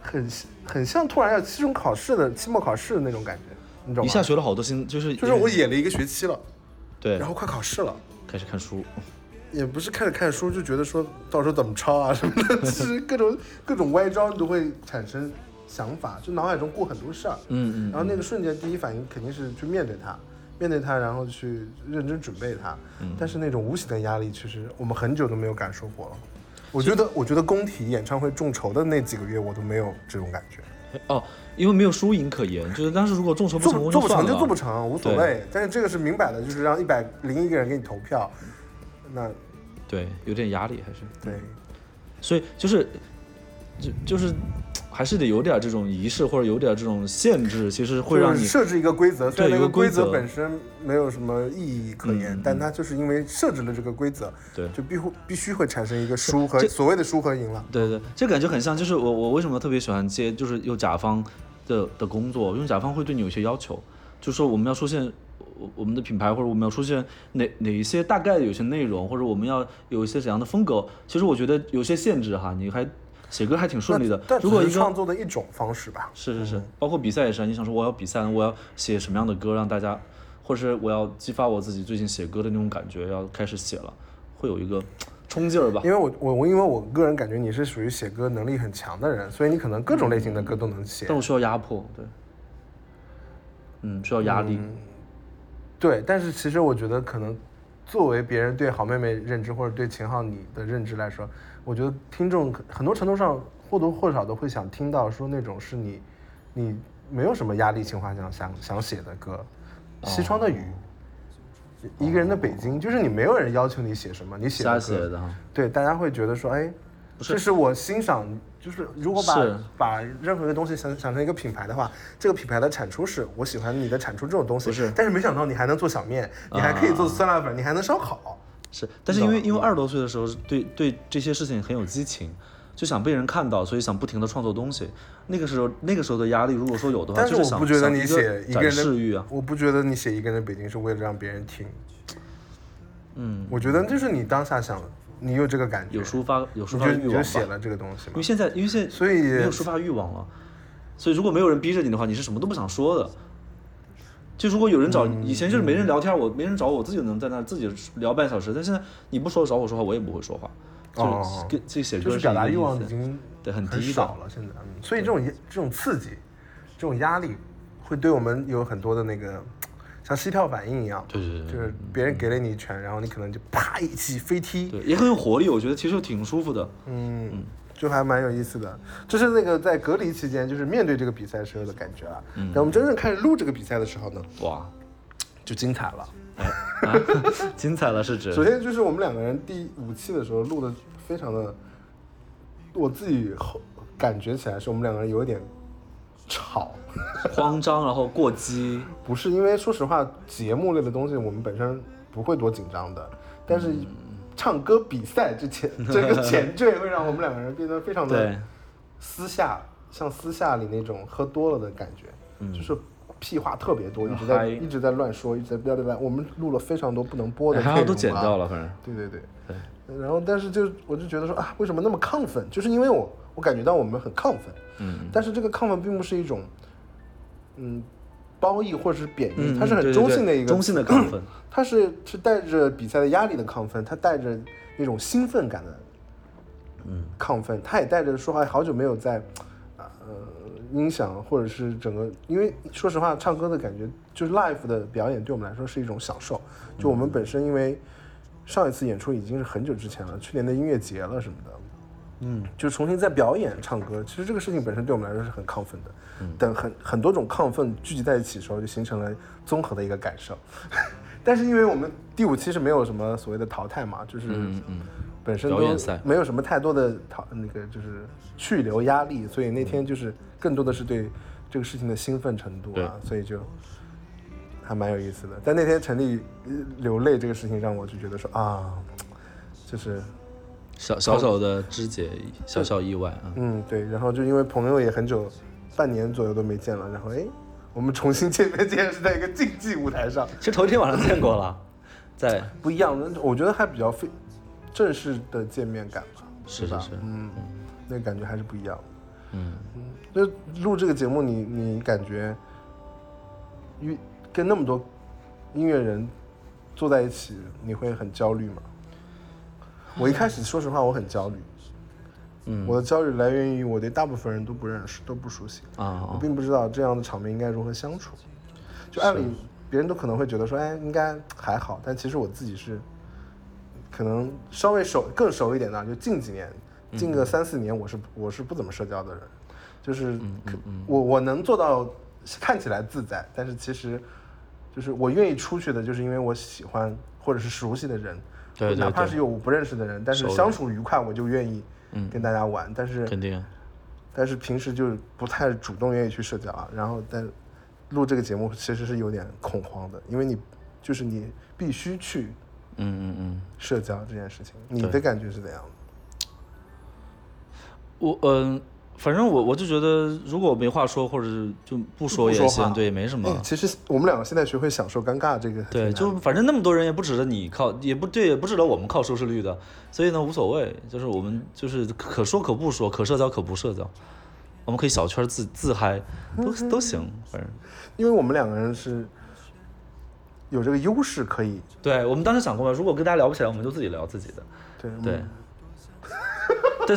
Speaker 2: 很很像突然要期中考试的期末考试的那种感觉，你懂
Speaker 3: 一
Speaker 2: 吗？
Speaker 3: 下学了好多新，就是
Speaker 2: 就是我演了一个学期了，
Speaker 3: 对，
Speaker 2: 然后快考试了。
Speaker 3: 开始看书，
Speaker 2: 也不是开始看书就觉得说到时候怎么抄啊什么的，就是各种各种歪招，你都会产生想法，就脑海中过很多事儿。
Speaker 3: 嗯嗯
Speaker 2: 然后那个瞬间第一反应肯定是去面对它，面对它，然后去认真准备它。
Speaker 3: 嗯
Speaker 2: 但是那种无形的压力，其实我们很久都没有感受过了。我觉得，我觉得工体演唱会众筹的那几个月，我都没有这种感觉。
Speaker 3: 哦，因为没有输赢可言，就是当时如果众筹不
Speaker 2: 做
Speaker 3: 成
Speaker 2: 不
Speaker 3: 功
Speaker 2: 做不
Speaker 3: 算
Speaker 2: 成
Speaker 3: 了，
Speaker 2: 就做不成，无所谓。但是这个是明摆的，就是让一百零一个人给你投票，那
Speaker 3: 对，有点压力还是，
Speaker 2: 对。
Speaker 3: 所以就是就就是还是得有点这种仪式或者有点这种限制，其实会让
Speaker 2: 就
Speaker 3: 你
Speaker 2: 是设置一个规则，虽然
Speaker 3: 对
Speaker 2: 那
Speaker 3: 有
Speaker 2: 个
Speaker 3: 个规
Speaker 2: 规则
Speaker 3: 则嗯
Speaker 2: 本身没有什么意义可言，但它就是因为设置了这个规则，
Speaker 3: 对
Speaker 2: 就必会必须会产生一个输和
Speaker 3: 这
Speaker 2: 所谓的输和赢了。
Speaker 3: 对对，这感觉很像，就是我我为什么特别喜欢接，就是有甲方的的工作，因为甲方会对你有一些要求，就说我们要出现我我们的品牌，或者我们要出现哪哪一些大概的有些内容，或者我们要有一些怎样的风格。其实我觉得有些限制哈，你还写歌还挺顺利的
Speaker 2: 那但。
Speaker 3: 如果
Speaker 2: 只
Speaker 3: 一
Speaker 2: 是
Speaker 3: 个
Speaker 2: 创作的一种方式吧，
Speaker 3: 是是是，包括比赛也是啊，你想说我要比赛，我要写什么样的歌让大家，或者是我要激发我自己最近写歌的那种感觉，要开始写了，会有一个冲劲儿吧
Speaker 2: 因。为我我我因为我个人感觉你是属于写歌能力很强的人，所以你可能各种类型的歌都能写。
Speaker 3: 但我需要压迫，对，嗯，需要压力，
Speaker 2: 对，但是其实我觉得可能作为别人对好妹妹认知或者对秦昊你的认知来说，我觉得听众可很多程度上或多或少都会想听到说那种是你你没有什么压力情况下想想写的歌，《
Speaker 3: 哦
Speaker 2: 西窗的雨》一个人的北京》，就是你没有人要求你写什么，你写
Speaker 3: 瞎
Speaker 2: 的
Speaker 3: 写
Speaker 2: 歌，
Speaker 3: 的哈。
Speaker 2: 对，大家会觉得说，哎，这是我欣赏，就是如果
Speaker 3: 是
Speaker 2: 把把任何一个东西想想成一个品牌的话，这个品牌的产出是我喜欢你的产出这种东西，
Speaker 3: 不是啊
Speaker 2: 但是没想到你还能做小面，你还可以做酸辣粉，你还能烧烤，
Speaker 3: 是，但是因为因为
Speaker 2: 嗯
Speaker 3: 二十多岁的时候，对对这些事情很有激情，就想被人看到，所以想不停的创作东西。那个时候那个时候的压力，如果说有的话，
Speaker 2: 但是
Speaker 3: 就是
Speaker 2: 我
Speaker 3: 想
Speaker 2: 不觉得
Speaker 3: 想
Speaker 2: 你
Speaker 3: 一
Speaker 2: 写一个
Speaker 3: 展
Speaker 2: 人的
Speaker 3: 示欲啊，
Speaker 2: 我不觉得你写一个人的北京是为了让别人听，嗯，我觉得就是你当下想，你有这个感觉，
Speaker 3: 有抒发有抒
Speaker 2: 你
Speaker 3: 发
Speaker 2: 就
Speaker 3: 欲
Speaker 2: 你就
Speaker 3: 望
Speaker 2: 写
Speaker 3: 吧。
Speaker 2: 了这个东西
Speaker 3: 因
Speaker 2: 嘛
Speaker 3: 为，现在因为现在
Speaker 2: 所以
Speaker 3: 没有抒发欲望了，所以如果没有人逼着你的话，你是什么都不想说的。就如果有人找
Speaker 2: 嗯
Speaker 3: 你，以前就是没人聊天，我没人找我，自己能在那儿自己聊半小时。但现在你不说找我说话，我也不会说话，就是
Speaker 2: 哦
Speaker 3: 跟自己写歌
Speaker 2: 就是是
Speaker 3: 一
Speaker 2: 表达
Speaker 3: 个
Speaker 2: 欲
Speaker 3: 意
Speaker 2: 望
Speaker 3: 思
Speaker 2: 已经
Speaker 3: 对很低的
Speaker 2: 少了，现在，嗯所以这种这种刺激，这种压力，会对我们有很多的那个像膝跳反应一样，
Speaker 3: 对对对对嗯
Speaker 2: 就是别人给了你一拳，然后你可能就啪一起飞踢，
Speaker 3: 对，也很有活力，我觉得其实挺舒服的。
Speaker 2: 嗯，就还蛮有意思的。就是那个在隔离期间，就是面对这个比赛时候的感觉啊。
Speaker 3: 嗯
Speaker 2: 等我们真正开始录这个比赛的时候呢，
Speaker 3: 哇，
Speaker 2: 就精彩了。
Speaker 3: 精彩了是指
Speaker 2: 首先就是我们两个人第五期的时候录的非常的，我自己后感觉起来是我们两个人有一点吵，
Speaker 3: 慌张，然后过激，
Speaker 2: 不是因为说实话节目类的东西我们本身不会多紧张的，但
Speaker 3: 嗯
Speaker 2: 是唱歌比赛之 前这个前缀会让我们两个人变得非常
Speaker 3: 对
Speaker 2: 的，私下，像私下里那种喝多了的感觉，就是。屁话特别多，一直
Speaker 3: 嗯嗨
Speaker 2: 在一直在乱说，一直在飙飙飙。我们录了非常多不能播的内
Speaker 3: 然
Speaker 2: 容、
Speaker 3: 后
Speaker 2: 啊，
Speaker 3: 哎都剪掉了，反正
Speaker 2: 对对对，然后但是就我就觉得说啊，为什么那么亢奋？就是因为我我感觉到我们很亢奋，嗯，但是这个亢奋并不是一种，嗯，褒义或者是贬义，
Speaker 3: 嗯，
Speaker 2: 它是
Speaker 3: 对
Speaker 2: 很
Speaker 3: 对
Speaker 2: 中
Speaker 3: 对
Speaker 2: 性的一个，
Speaker 3: 中 性的亢奋，
Speaker 2: 它是是带着比赛的压力的亢奋，它带着那种兴奋感的，嗯，亢奋，它也带着说哎好久没有在，呃，音响或者是整个，因为说实话，唱歌的感觉就是 live 的表演对我们来说是一种享受，就我们本身因为上一次演出已经是很久之前了，去年的音乐节了什么的，嗯，就重新再表演唱歌，其实这个事情本身对我们来说是很亢奋的，等很很多种亢奋聚集在一起的时候，就形成了综合的一个感受。 但是因为我们第五期是没有什么所谓的淘汰嘛，就是
Speaker 3: 嗯
Speaker 2: 本身都
Speaker 3: 表演赛
Speaker 2: 没有什么太多的淘那个就是去留压力，所以那
Speaker 3: 嗯
Speaker 2: 天就是更多的是对这个事情的兴奋程度啊，所以就还蛮有意思的。但那天陈丽呃流泪这个事情让我就觉得说啊，就是
Speaker 3: 小小小的肢解，小小意外啊，
Speaker 2: 嗯，对，然后就因为朋友也很久，半年左右都没见了，然后哎，我们重新见面，竟然是在一个竞技舞台上，
Speaker 3: 其实头一天晚上见过 了，在
Speaker 2: 不一样的，我觉得还比较非正式的见面感吧，
Speaker 3: 是
Speaker 2: 吧？
Speaker 3: 是是
Speaker 2: 嗯，那感觉还是不一样嗯嗯，就录这个节目你，你感觉与跟那么多音乐人坐在一起，你会很焦虑吗？我一开始说实话，我很焦虑。嗯，我的焦虑来源于我对大部分人都不认识，都不熟悉。我
Speaker 3: 啊，
Speaker 2: 并不知道这样的场面应该如何相处。就按理别人都可能会觉得说，哎，应该还好，但其实我自己是，可能稍微熟更熟一点的，就近几年，
Speaker 3: 嗯
Speaker 2: 近个三四年，我是我是不怎么社交的人，就是可
Speaker 3: 嗯
Speaker 2: 我我能做到看起来自在，但是其实就是我愿意出去的，就是因为我喜欢或者是熟悉的人。
Speaker 3: 对
Speaker 2: 我
Speaker 3: 对
Speaker 2: 哪怕
Speaker 3: 对嗯
Speaker 2: 是有我不认识的人，但是
Speaker 3: 熟人
Speaker 2: 相处愉快，我就愿意跟大家玩。但是
Speaker 3: 肯定
Speaker 2: 但是平时就是不太主动愿意去社交啊。然后但录这个节目其实是有点恐慌的，因为你就是你必须去
Speaker 3: 嗯嗯嗯。
Speaker 2: 社交这件事情，你
Speaker 3: 对
Speaker 2: 的感觉是怎样的？
Speaker 3: 我嗯、反正我我就觉得，如果没话说，或者是就不说
Speaker 2: 不说
Speaker 3: 也行，
Speaker 2: 话
Speaker 3: 对，没什么。
Speaker 2: 哎其实我们两个现在学会享受尴尬这个很
Speaker 3: 对，
Speaker 2: 难
Speaker 3: 就反正那么多人也不指着你靠，也不对，也不指着我们靠收视率的，所以呢无所谓，就是我们就是可说可不说，可社交可不社交，我们可以小圈嗯自自嗨，都都行，反正
Speaker 2: 因为我们两个人是有这个优势可以。
Speaker 3: 对我们当时想过嘛，如果跟大家聊不起来，我们就自己聊自己的。
Speaker 2: 对嗯
Speaker 3: 对，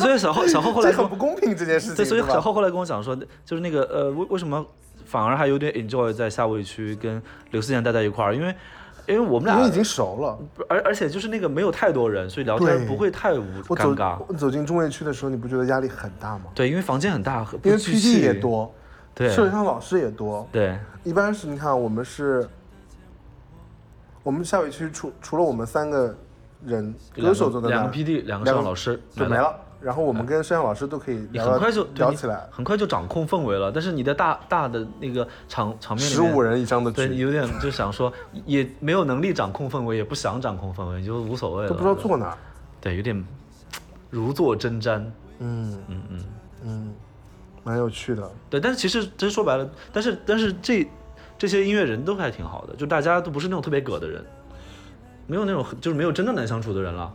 Speaker 3: 对，所以小浩小浩后来
Speaker 2: 这很
Speaker 3: 跟我
Speaker 2: 不公平这件事情，
Speaker 3: 对，所以
Speaker 2: 对吧
Speaker 3: 小浩后来跟我讲说，就是那个呃，为为什么反而还有点 enjoy 在夏威夷区跟刘思贤待在一块儿，因为因为我们
Speaker 2: 因为已
Speaker 3: 俩，
Speaker 2: 经熟了。
Speaker 3: 而而且就是那个没有太多人，所以聊
Speaker 2: 对
Speaker 3: 天不会太无
Speaker 2: 我走
Speaker 3: 尴尬。
Speaker 2: 我走进中卫区的时候，你不觉得压力很大吗？
Speaker 3: 对，因为房间很大，不
Speaker 2: 因为
Speaker 3: 聚
Speaker 2: PT
Speaker 3: 气
Speaker 2: 也，多，
Speaker 3: 对
Speaker 2: 摄像老师也多。
Speaker 3: 对
Speaker 2: 一般是你看我们是，我们夏威夷区除除了我们三个人，歌手坐在那
Speaker 3: 两
Speaker 2: 儿
Speaker 3: 个 PD，两
Speaker 2: 两
Speaker 3: 个摄
Speaker 2: 个
Speaker 3: 像老师
Speaker 2: 就没。了。然后我们跟摄像老师都可以
Speaker 3: 你
Speaker 2: 聊到
Speaker 3: 很快就对
Speaker 2: 聊
Speaker 3: 你
Speaker 2: 起来，
Speaker 3: 很快就掌控氛围了。但是你在大大的那个场场面里
Speaker 2: 十
Speaker 3: 面
Speaker 2: 五人以上的
Speaker 3: 对，
Speaker 2: 局
Speaker 3: 有点就想说，也没有能力掌控氛围，也不想掌控氛围，就无所谓了。
Speaker 2: 都不知道坐哪儿。
Speaker 3: 对，有点如坐针毡。
Speaker 2: 嗯
Speaker 3: 嗯嗯，
Speaker 2: 嗯，蛮有趣的。
Speaker 3: 对。但是其实真说白了，但是但是这这些音乐人都还挺好的，就大家都不是那种特别葛的人，没有那种很就是没有真的难相处的人了。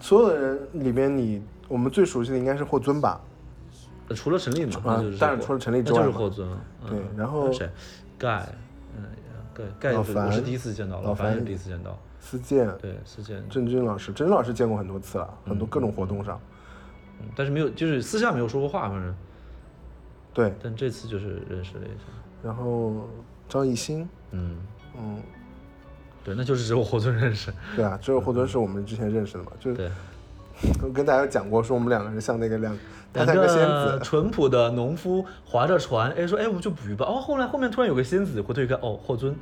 Speaker 2: 所有的人里边你，我们最熟悉的应该是霍尊吧？
Speaker 3: 呃除了陈立嘛，
Speaker 2: 啊
Speaker 3: 那就是
Speaker 2: 当然
Speaker 3: 霍
Speaker 2: 除了陈立之
Speaker 3: 那就
Speaker 2: 外
Speaker 3: 是
Speaker 2: 嘛
Speaker 3: 霍尊。嗯
Speaker 2: 对然后
Speaker 3: 还有谁？盖，嗯，盖盖
Speaker 2: 老
Speaker 3: 子我是
Speaker 2: 樊
Speaker 3: 第一次见到，
Speaker 2: 老
Speaker 3: 老樊也
Speaker 2: 樊
Speaker 3: 是第一次见到。
Speaker 2: 思健、
Speaker 3: 对，是见，
Speaker 2: 郑钧老师，郑钧老师见过很多次了，很多各种活动上。
Speaker 3: 嗯但是没有，就是私下没有说过话，反正。
Speaker 2: 对，
Speaker 3: 但这次就是认识了一下，
Speaker 2: 然后张艺兴，
Speaker 3: 嗯，
Speaker 2: 嗯，
Speaker 3: 对，那就是只有霍尊认识，
Speaker 2: 对啊，只有霍尊是我们之前认识的嘛，就是
Speaker 3: 嗯对，
Speaker 2: 我跟大家讲过，说我们两个人像那个两他
Speaker 3: 两
Speaker 2: 像个仙
Speaker 3: 个
Speaker 2: 子，
Speaker 3: 淳朴的农夫划着船，哎，说哎，我们就捕鱼吧。哦，后来后面突然有个仙子，回头一看，哦，霍尊，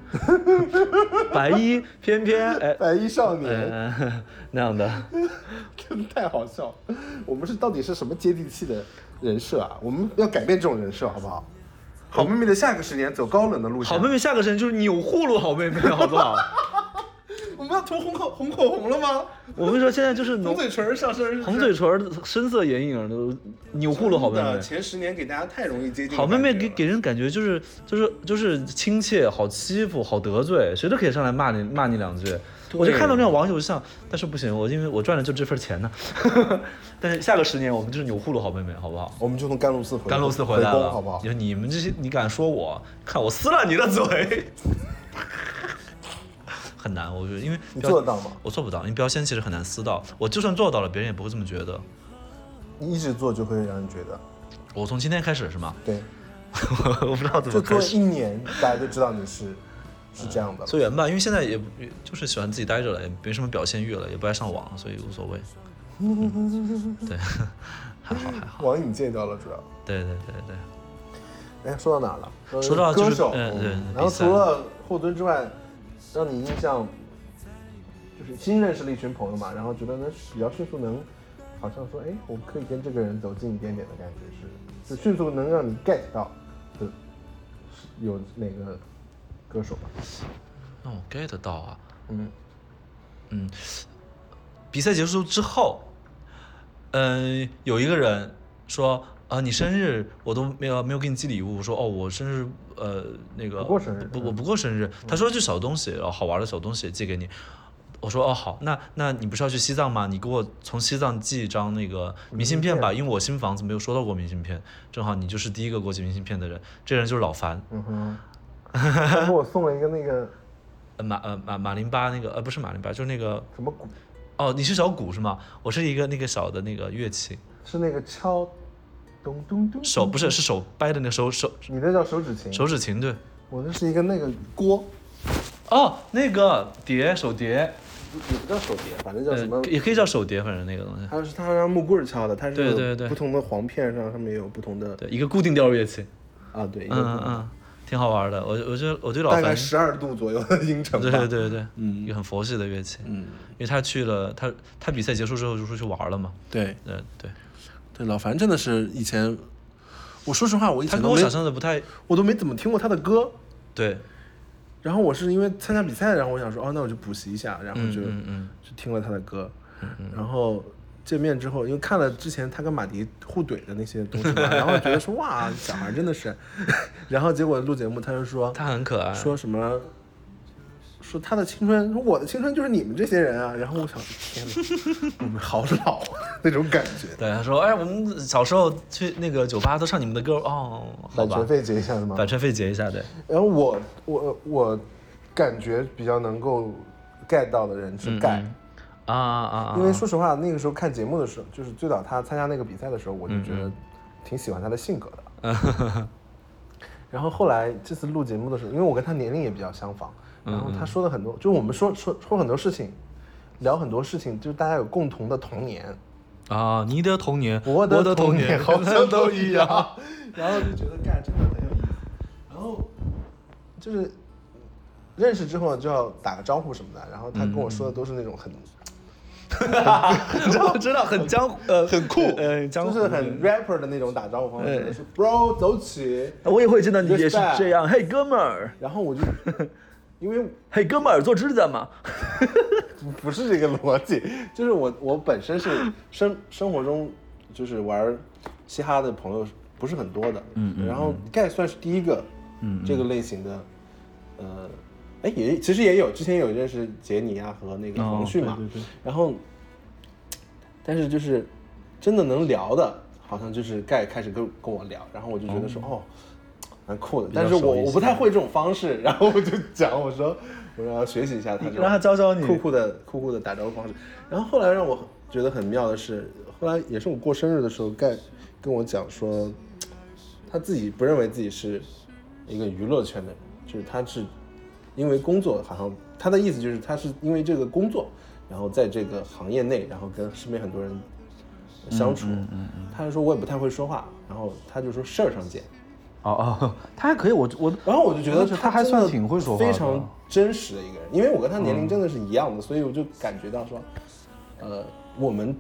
Speaker 3: 白衣翩翩，哎，
Speaker 2: 白衣少
Speaker 3: 嗯、
Speaker 2: 年，
Speaker 3: 呃， 那样的，
Speaker 2: 真的太好笑了。我们是到底是什么接地气的人设啊？我们要改变这种人设，好不好？好妹妹的下个十年走高冷的路线，
Speaker 3: 哎好妹妹下个神就是钮祜禄好妹妹，好不好？
Speaker 2: 我们要涂红口红口红了吗？
Speaker 3: 我跟你说，现在就是
Speaker 2: 红
Speaker 3: 农
Speaker 2: 嘴唇儿上身，
Speaker 3: 红嘴唇儿、深色眼影儿都钮祜禄好妹妹
Speaker 2: 的。前十年给大家太容易接近的
Speaker 3: 好妹
Speaker 2: 感
Speaker 3: 妹
Speaker 2: 觉
Speaker 3: 给
Speaker 2: 了
Speaker 3: 给人感觉就是就是就是亲切，好欺负，好得罪，谁都可以上来骂你骂你两句。我就看到那种网友像，但是不行，我因为我赚的就这份钱呢。 但是下个十年我们就是钮祜禄好妹妹，好不好？
Speaker 2: 我们就从甘露寺回
Speaker 3: 甘露寺
Speaker 2: 回
Speaker 3: 来
Speaker 2: 宫
Speaker 3: 了，
Speaker 2: 好不好
Speaker 3: 你？说你们这些，你敢说我？看我撕烂你的嘴！ 很难，我觉得，因为
Speaker 2: 你
Speaker 3: 标
Speaker 2: 做得到吗？
Speaker 3: 我做不到，因为标签其实很难撕到。我就算做到了，别人也不会这么觉得。
Speaker 2: 你一直做就会让人觉得，
Speaker 3: 我从今天开始是吗？
Speaker 2: 对，
Speaker 3: 我不知道怎
Speaker 2: 就
Speaker 3: 么开哎
Speaker 2: 做
Speaker 3: 始。
Speaker 2: 一年，大家就知道你是是这样的了。
Speaker 3: 随缘吧，因为现在也不也就是喜欢自己待着了，也没什么表现欲了，也不爱上网，所以无所谓。嗯、对， 还好还好。
Speaker 2: 网瘾戒掉了，主要。
Speaker 3: 对对对对，
Speaker 2: 哎，说到哪了？呃
Speaker 3: 说到就是
Speaker 2: 歌手，
Speaker 3: 嗯对
Speaker 2: 然后
Speaker 3: 比赛
Speaker 2: 除了霍尊之外，让你印象就是新认识了一群朋友嘛，然后觉得能比较迅速能，好像说，哎，我可以跟这个人走近一点点的感觉是，就迅速能让你 get 到的，是有哪个歌手吧？
Speaker 3: 那我 get 到啊。
Speaker 2: 嗯，
Speaker 3: 比赛结束之后，嗯，有一个人说啊，你生日我都没有没有给你寄礼物，我说哦，我生日呃那个
Speaker 2: 不过生日嗯
Speaker 3: 不我不过生日，他说就小东西，然后好玩的小东西寄给你。我说哦好，那那你不是要去西藏吗？你给我从西藏寄一张那个明信片吧，因为我新房子没有收到过明信片，正好你就是第一个给我寄明信片的人，这人就是老樊，
Speaker 2: 嗯哼，他给我送了一个那个
Speaker 3: 呃马呃马马林巴那个呃不是马林巴，就是那个
Speaker 2: 什么鼓，
Speaker 3: 哦你是小鼓是吗？我是一个那个小的那个乐器，
Speaker 2: 是那个敲，咚咚咚，
Speaker 3: 手不是是手掰的那个手手
Speaker 2: 你那叫手指琴，
Speaker 3: 手指琴对。
Speaker 2: 我那是一个那个锅，
Speaker 3: 哦，那个碟手碟，
Speaker 2: 也不叫手碟，反正叫
Speaker 3: 呃
Speaker 2: 什么，。
Speaker 3: 也可以叫手碟，反正那个东西。
Speaker 2: 它是它让木棍儿敲的，它是
Speaker 3: 对
Speaker 2: 有
Speaker 3: 对对
Speaker 2: 不同的簧片上上面有不同的
Speaker 3: 对，一个固定调乐器。
Speaker 2: 啊，对，一
Speaker 3: 嗯
Speaker 2: 个
Speaker 3: 嗯嗯，挺好玩的。我我觉得我对老
Speaker 2: 大
Speaker 3: 樊，
Speaker 2: 概
Speaker 3: 对
Speaker 2: 十二度左右的音程吧。
Speaker 3: 对对对，嗯，一个很佛系的乐器。嗯，因为他去了，他他比赛结束之后就出去玩了嘛。
Speaker 2: 对
Speaker 3: 呃，对，
Speaker 2: 对老樊真的是以前，我说实话，我以
Speaker 3: 他
Speaker 2: 前
Speaker 3: 跟
Speaker 2: 都
Speaker 3: 我
Speaker 2: 没
Speaker 3: 想象的不太
Speaker 2: 我都没怎么听过他的歌。
Speaker 3: 对。
Speaker 2: 然后我是因为参加比赛，然后我想说，哦，那我就补习一下，然后
Speaker 3: 嗯
Speaker 2: 就、
Speaker 3: 嗯嗯，
Speaker 2: 就听了他的歌，然后见面之后，因为看了之前他跟马迪互怼的那些东西 嘛，然后觉得说哇，小孩真的是， 然后结果录节目他就说
Speaker 3: 他很可爱。
Speaker 2: 说什么，说他的青春，说我的青春就是你们这些人啊，然后我想天 哪，我们好老啊那种感觉，
Speaker 3: 对，他说：“哎，我们小时候去那个酒吧都唱你们的歌哦，好
Speaker 2: 版
Speaker 3: 吧
Speaker 2: 权，费结一下是吗？
Speaker 3: 版权费结一下，对，
Speaker 2: 然后我我我感觉比较能够 get 到的人
Speaker 3: 嗯
Speaker 2: 去 get，、
Speaker 5: 啊啊啊！
Speaker 2: 因为说实话，那个时候看节目的时候，就是最早他参加那个比赛的时候，我就觉得挺喜欢他的性格的。 然后后来这次录节目的时候，因为我跟他年龄也比较相仿，然后他说的很多，就我们说说说很多事情，聊很多事情，就是大家有共同的童年，
Speaker 5: 啊，你的童年，
Speaker 2: 我
Speaker 5: 的
Speaker 2: 的童
Speaker 5: 年
Speaker 2: 年好像 都一样。
Speaker 4: 然后就觉得干真的很有意思。 然后
Speaker 2: 就是认识之后就要打个招呼什么的，然后他跟我说的都是那种很、
Speaker 5: 我 知道很江湖，呃，很酷，呃，江
Speaker 2: 就
Speaker 5: 湖
Speaker 2: 是很 rapper 的那种打招呼方式，就是 bro 走起，
Speaker 3: 我也会见到你
Speaker 2: Respect
Speaker 3: 也是这样。嘿，哥们儿，
Speaker 2: 然后我就 因为
Speaker 3: 嘿，哥们儿，做指甲吗？
Speaker 2: 不是这个逻辑，就是我我本身是生生活中就是玩嘻哈的朋友不是很多的，嗯，然后 Gay 算是第一个，嗯，这个类型的，呃，哎也其实也有之前有认识杰尼啊和那个黄旭嘛，然后，但是就是真的能聊的，好像就是 Gay 开始跟跟我聊，然后我就觉得说哦。蛮酷的，但是我我不太会这种方式，然后我就讲我说我要学习一下他这种，
Speaker 3: 让他教教
Speaker 2: 酷
Speaker 3: 你。
Speaker 2: 酷的酷酷的打招呼方式。然后后来让我觉得很妙的是，后来也是我过生日的时候，盖跟我讲说，他自己不认为自己是一个娱乐圈的人，就是他是因为工作，好像他的意思就是他是因为这个工作，然后在这个行业内，然后跟身边很多人相
Speaker 3: 嗯
Speaker 2: 处。他就说我也不太会说话，然后他就说事儿上见。
Speaker 3: 哦哦，他还可以，我我
Speaker 2: 然后我就觉得
Speaker 3: 他还
Speaker 2: 真的
Speaker 3: 算挺会说话的嗯
Speaker 2: 非常真实的一个人，因为我跟他年龄真的是一样的，所以我就感觉到说，呃，我们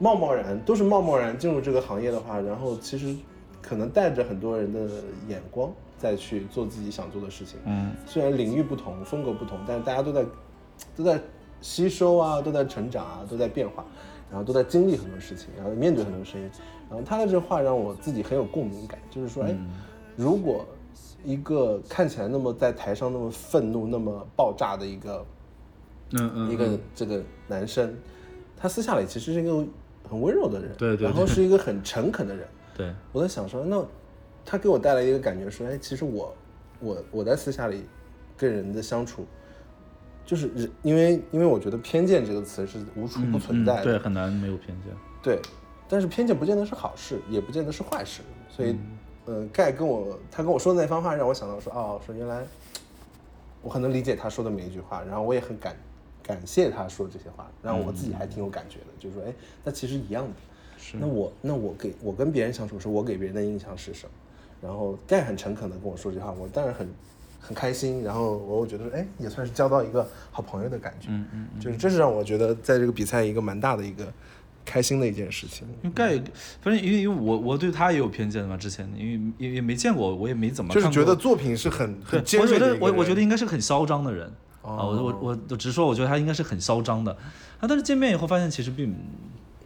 Speaker 2: 贸贸然都是贸贸然进入这个行业的话，然后其实可能带着很多人的眼光再去做自己想做的事情。嗯，虽然领域不同，风格不同，但是大家都在都在吸收啊，都在成长啊，都在变化，然后都在经历很多事情，然后面对很多声音。然后他的这话让我自己很有共鸣感，就是说，哎，如果一个看起来那么在台上那么愤怒、那么爆炸的一个
Speaker 3: 嗯
Speaker 2: 一
Speaker 3: 嗯，
Speaker 2: 个这个男生，他私下里其实是一个很温柔的人，
Speaker 3: 对对
Speaker 2: 然后是一个很诚恳的人。
Speaker 3: 对，
Speaker 2: 我在想说，那他给我带来一个感觉说，哎，其实我我我在私下里跟人的相处，就是人因为因为我觉得偏见这个词是无处不存在的，
Speaker 3: 嗯对，很难没有偏见。
Speaker 2: 对，但是偏见不见得是好事，也不见得是坏事，所以，呃，盖跟我他跟我说的那番话，让我想到说，哦，说原来我很能理解他说的每一句话，然后我也很感感谢他说这些话，然后我自己还挺有感觉的，就是说，哎，那其实一样的，是那我那我给我跟别人相处的时候，我给别人的印象是什么？然后盖很诚恳的跟我说这句话，我当然很。很开心，然后我又觉得，哎，也算是交到一个好朋友的感觉，嗯嗯，就是这是让我觉得在这个比赛一个蛮大的一个开心的一件事情。
Speaker 3: 因为盖，反正因为因为我我对他也有偏见嘛，之前因为也也没见过，我也没怎么
Speaker 2: 就是
Speaker 3: 看
Speaker 2: 觉
Speaker 3: 过
Speaker 2: 得作品是很
Speaker 3: 对
Speaker 2: 很尖，
Speaker 3: 我
Speaker 2: 锐
Speaker 3: 觉
Speaker 2: 的
Speaker 3: 得
Speaker 2: 一个
Speaker 3: 我我觉
Speaker 2: 人哦
Speaker 3: 得应该是很嚣张的人、啊，我我我我直说，我觉得他应该是很嚣张的啊，但是见面以后发现其实并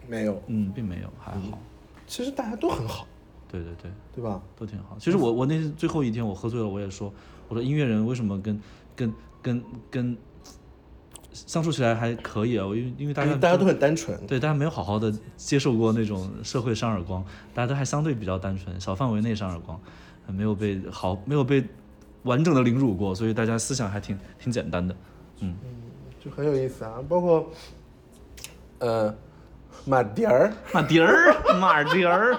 Speaker 2: 没有，
Speaker 3: 嗯并没有还好，
Speaker 2: 其实大家都很好，
Speaker 3: 对对对，
Speaker 2: 对吧？
Speaker 3: 都挺好。其实我我那最后一天我喝醉了，我也说，我说音乐人为什么跟跟跟跟相处起来还可以啊？我因为因为大
Speaker 2: 因
Speaker 3: 家
Speaker 2: 为大家都很单纯，
Speaker 3: 对，大家没有好好的接受过那种社会上耳光，大家都还相对比较单纯，小范围内上耳光，呃没有被好，没有被完整的凌辱过，所以大家思想还挺挺简单的。嗯，
Speaker 2: 就很有意思啊。包括呃，马迪儿，
Speaker 3: 马迪儿，马迪儿，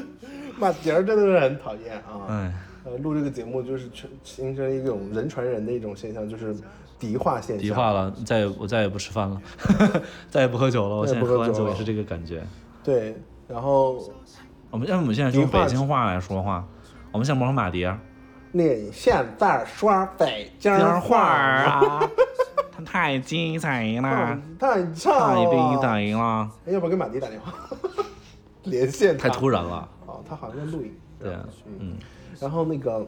Speaker 2: 马迪儿真的是很讨厌啊。
Speaker 3: 哎，
Speaker 2: 呃，录这个节目就是全形成一种人传人的一种现象，就是迪化现象。
Speaker 3: 迪化了，再也我再也不吃饭了， 再也不喝酒了。我
Speaker 2: 再
Speaker 3: 现
Speaker 2: 也不
Speaker 3: 在
Speaker 2: 喝
Speaker 3: 喝完
Speaker 2: 酒
Speaker 3: 酒也
Speaker 2: 了
Speaker 3: 是这个感觉。
Speaker 2: 对，然后
Speaker 3: 我们要不我们现在
Speaker 2: 迪
Speaker 3: 用
Speaker 2: 化
Speaker 3: 北京话来说话，我们想模仿马迪儿，
Speaker 2: 你现在说北京
Speaker 3: 话
Speaker 2: 话
Speaker 3: 儿啊，他太精彩了，
Speaker 2: 太差
Speaker 3: 太
Speaker 2: 了，
Speaker 3: 精彩了，
Speaker 2: 哎，要不要给马迪打电话 连线他？
Speaker 3: 太突然了。
Speaker 2: 哦，他好像在录影。
Speaker 3: 对啊，
Speaker 2: 嗯，然后那个，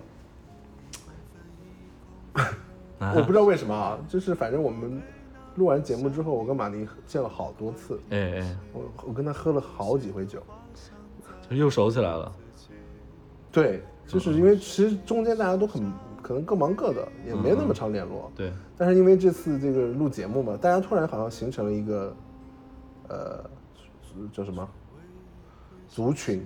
Speaker 3: 啊
Speaker 2: 我不知道为什么啊，就是反正我们录完节目之后，我跟马迪见了好多次，
Speaker 3: 哎哎。
Speaker 2: 我我跟他喝了好几回酒。
Speaker 3: 就又熟起来了。
Speaker 2: 对，就是因为其实中间大家都很可能各忙各的，也没那么常联络。
Speaker 3: 对，
Speaker 2: 但是因为这次这个录节目嘛，大家突然好像形成了一个，呃，叫什么族群？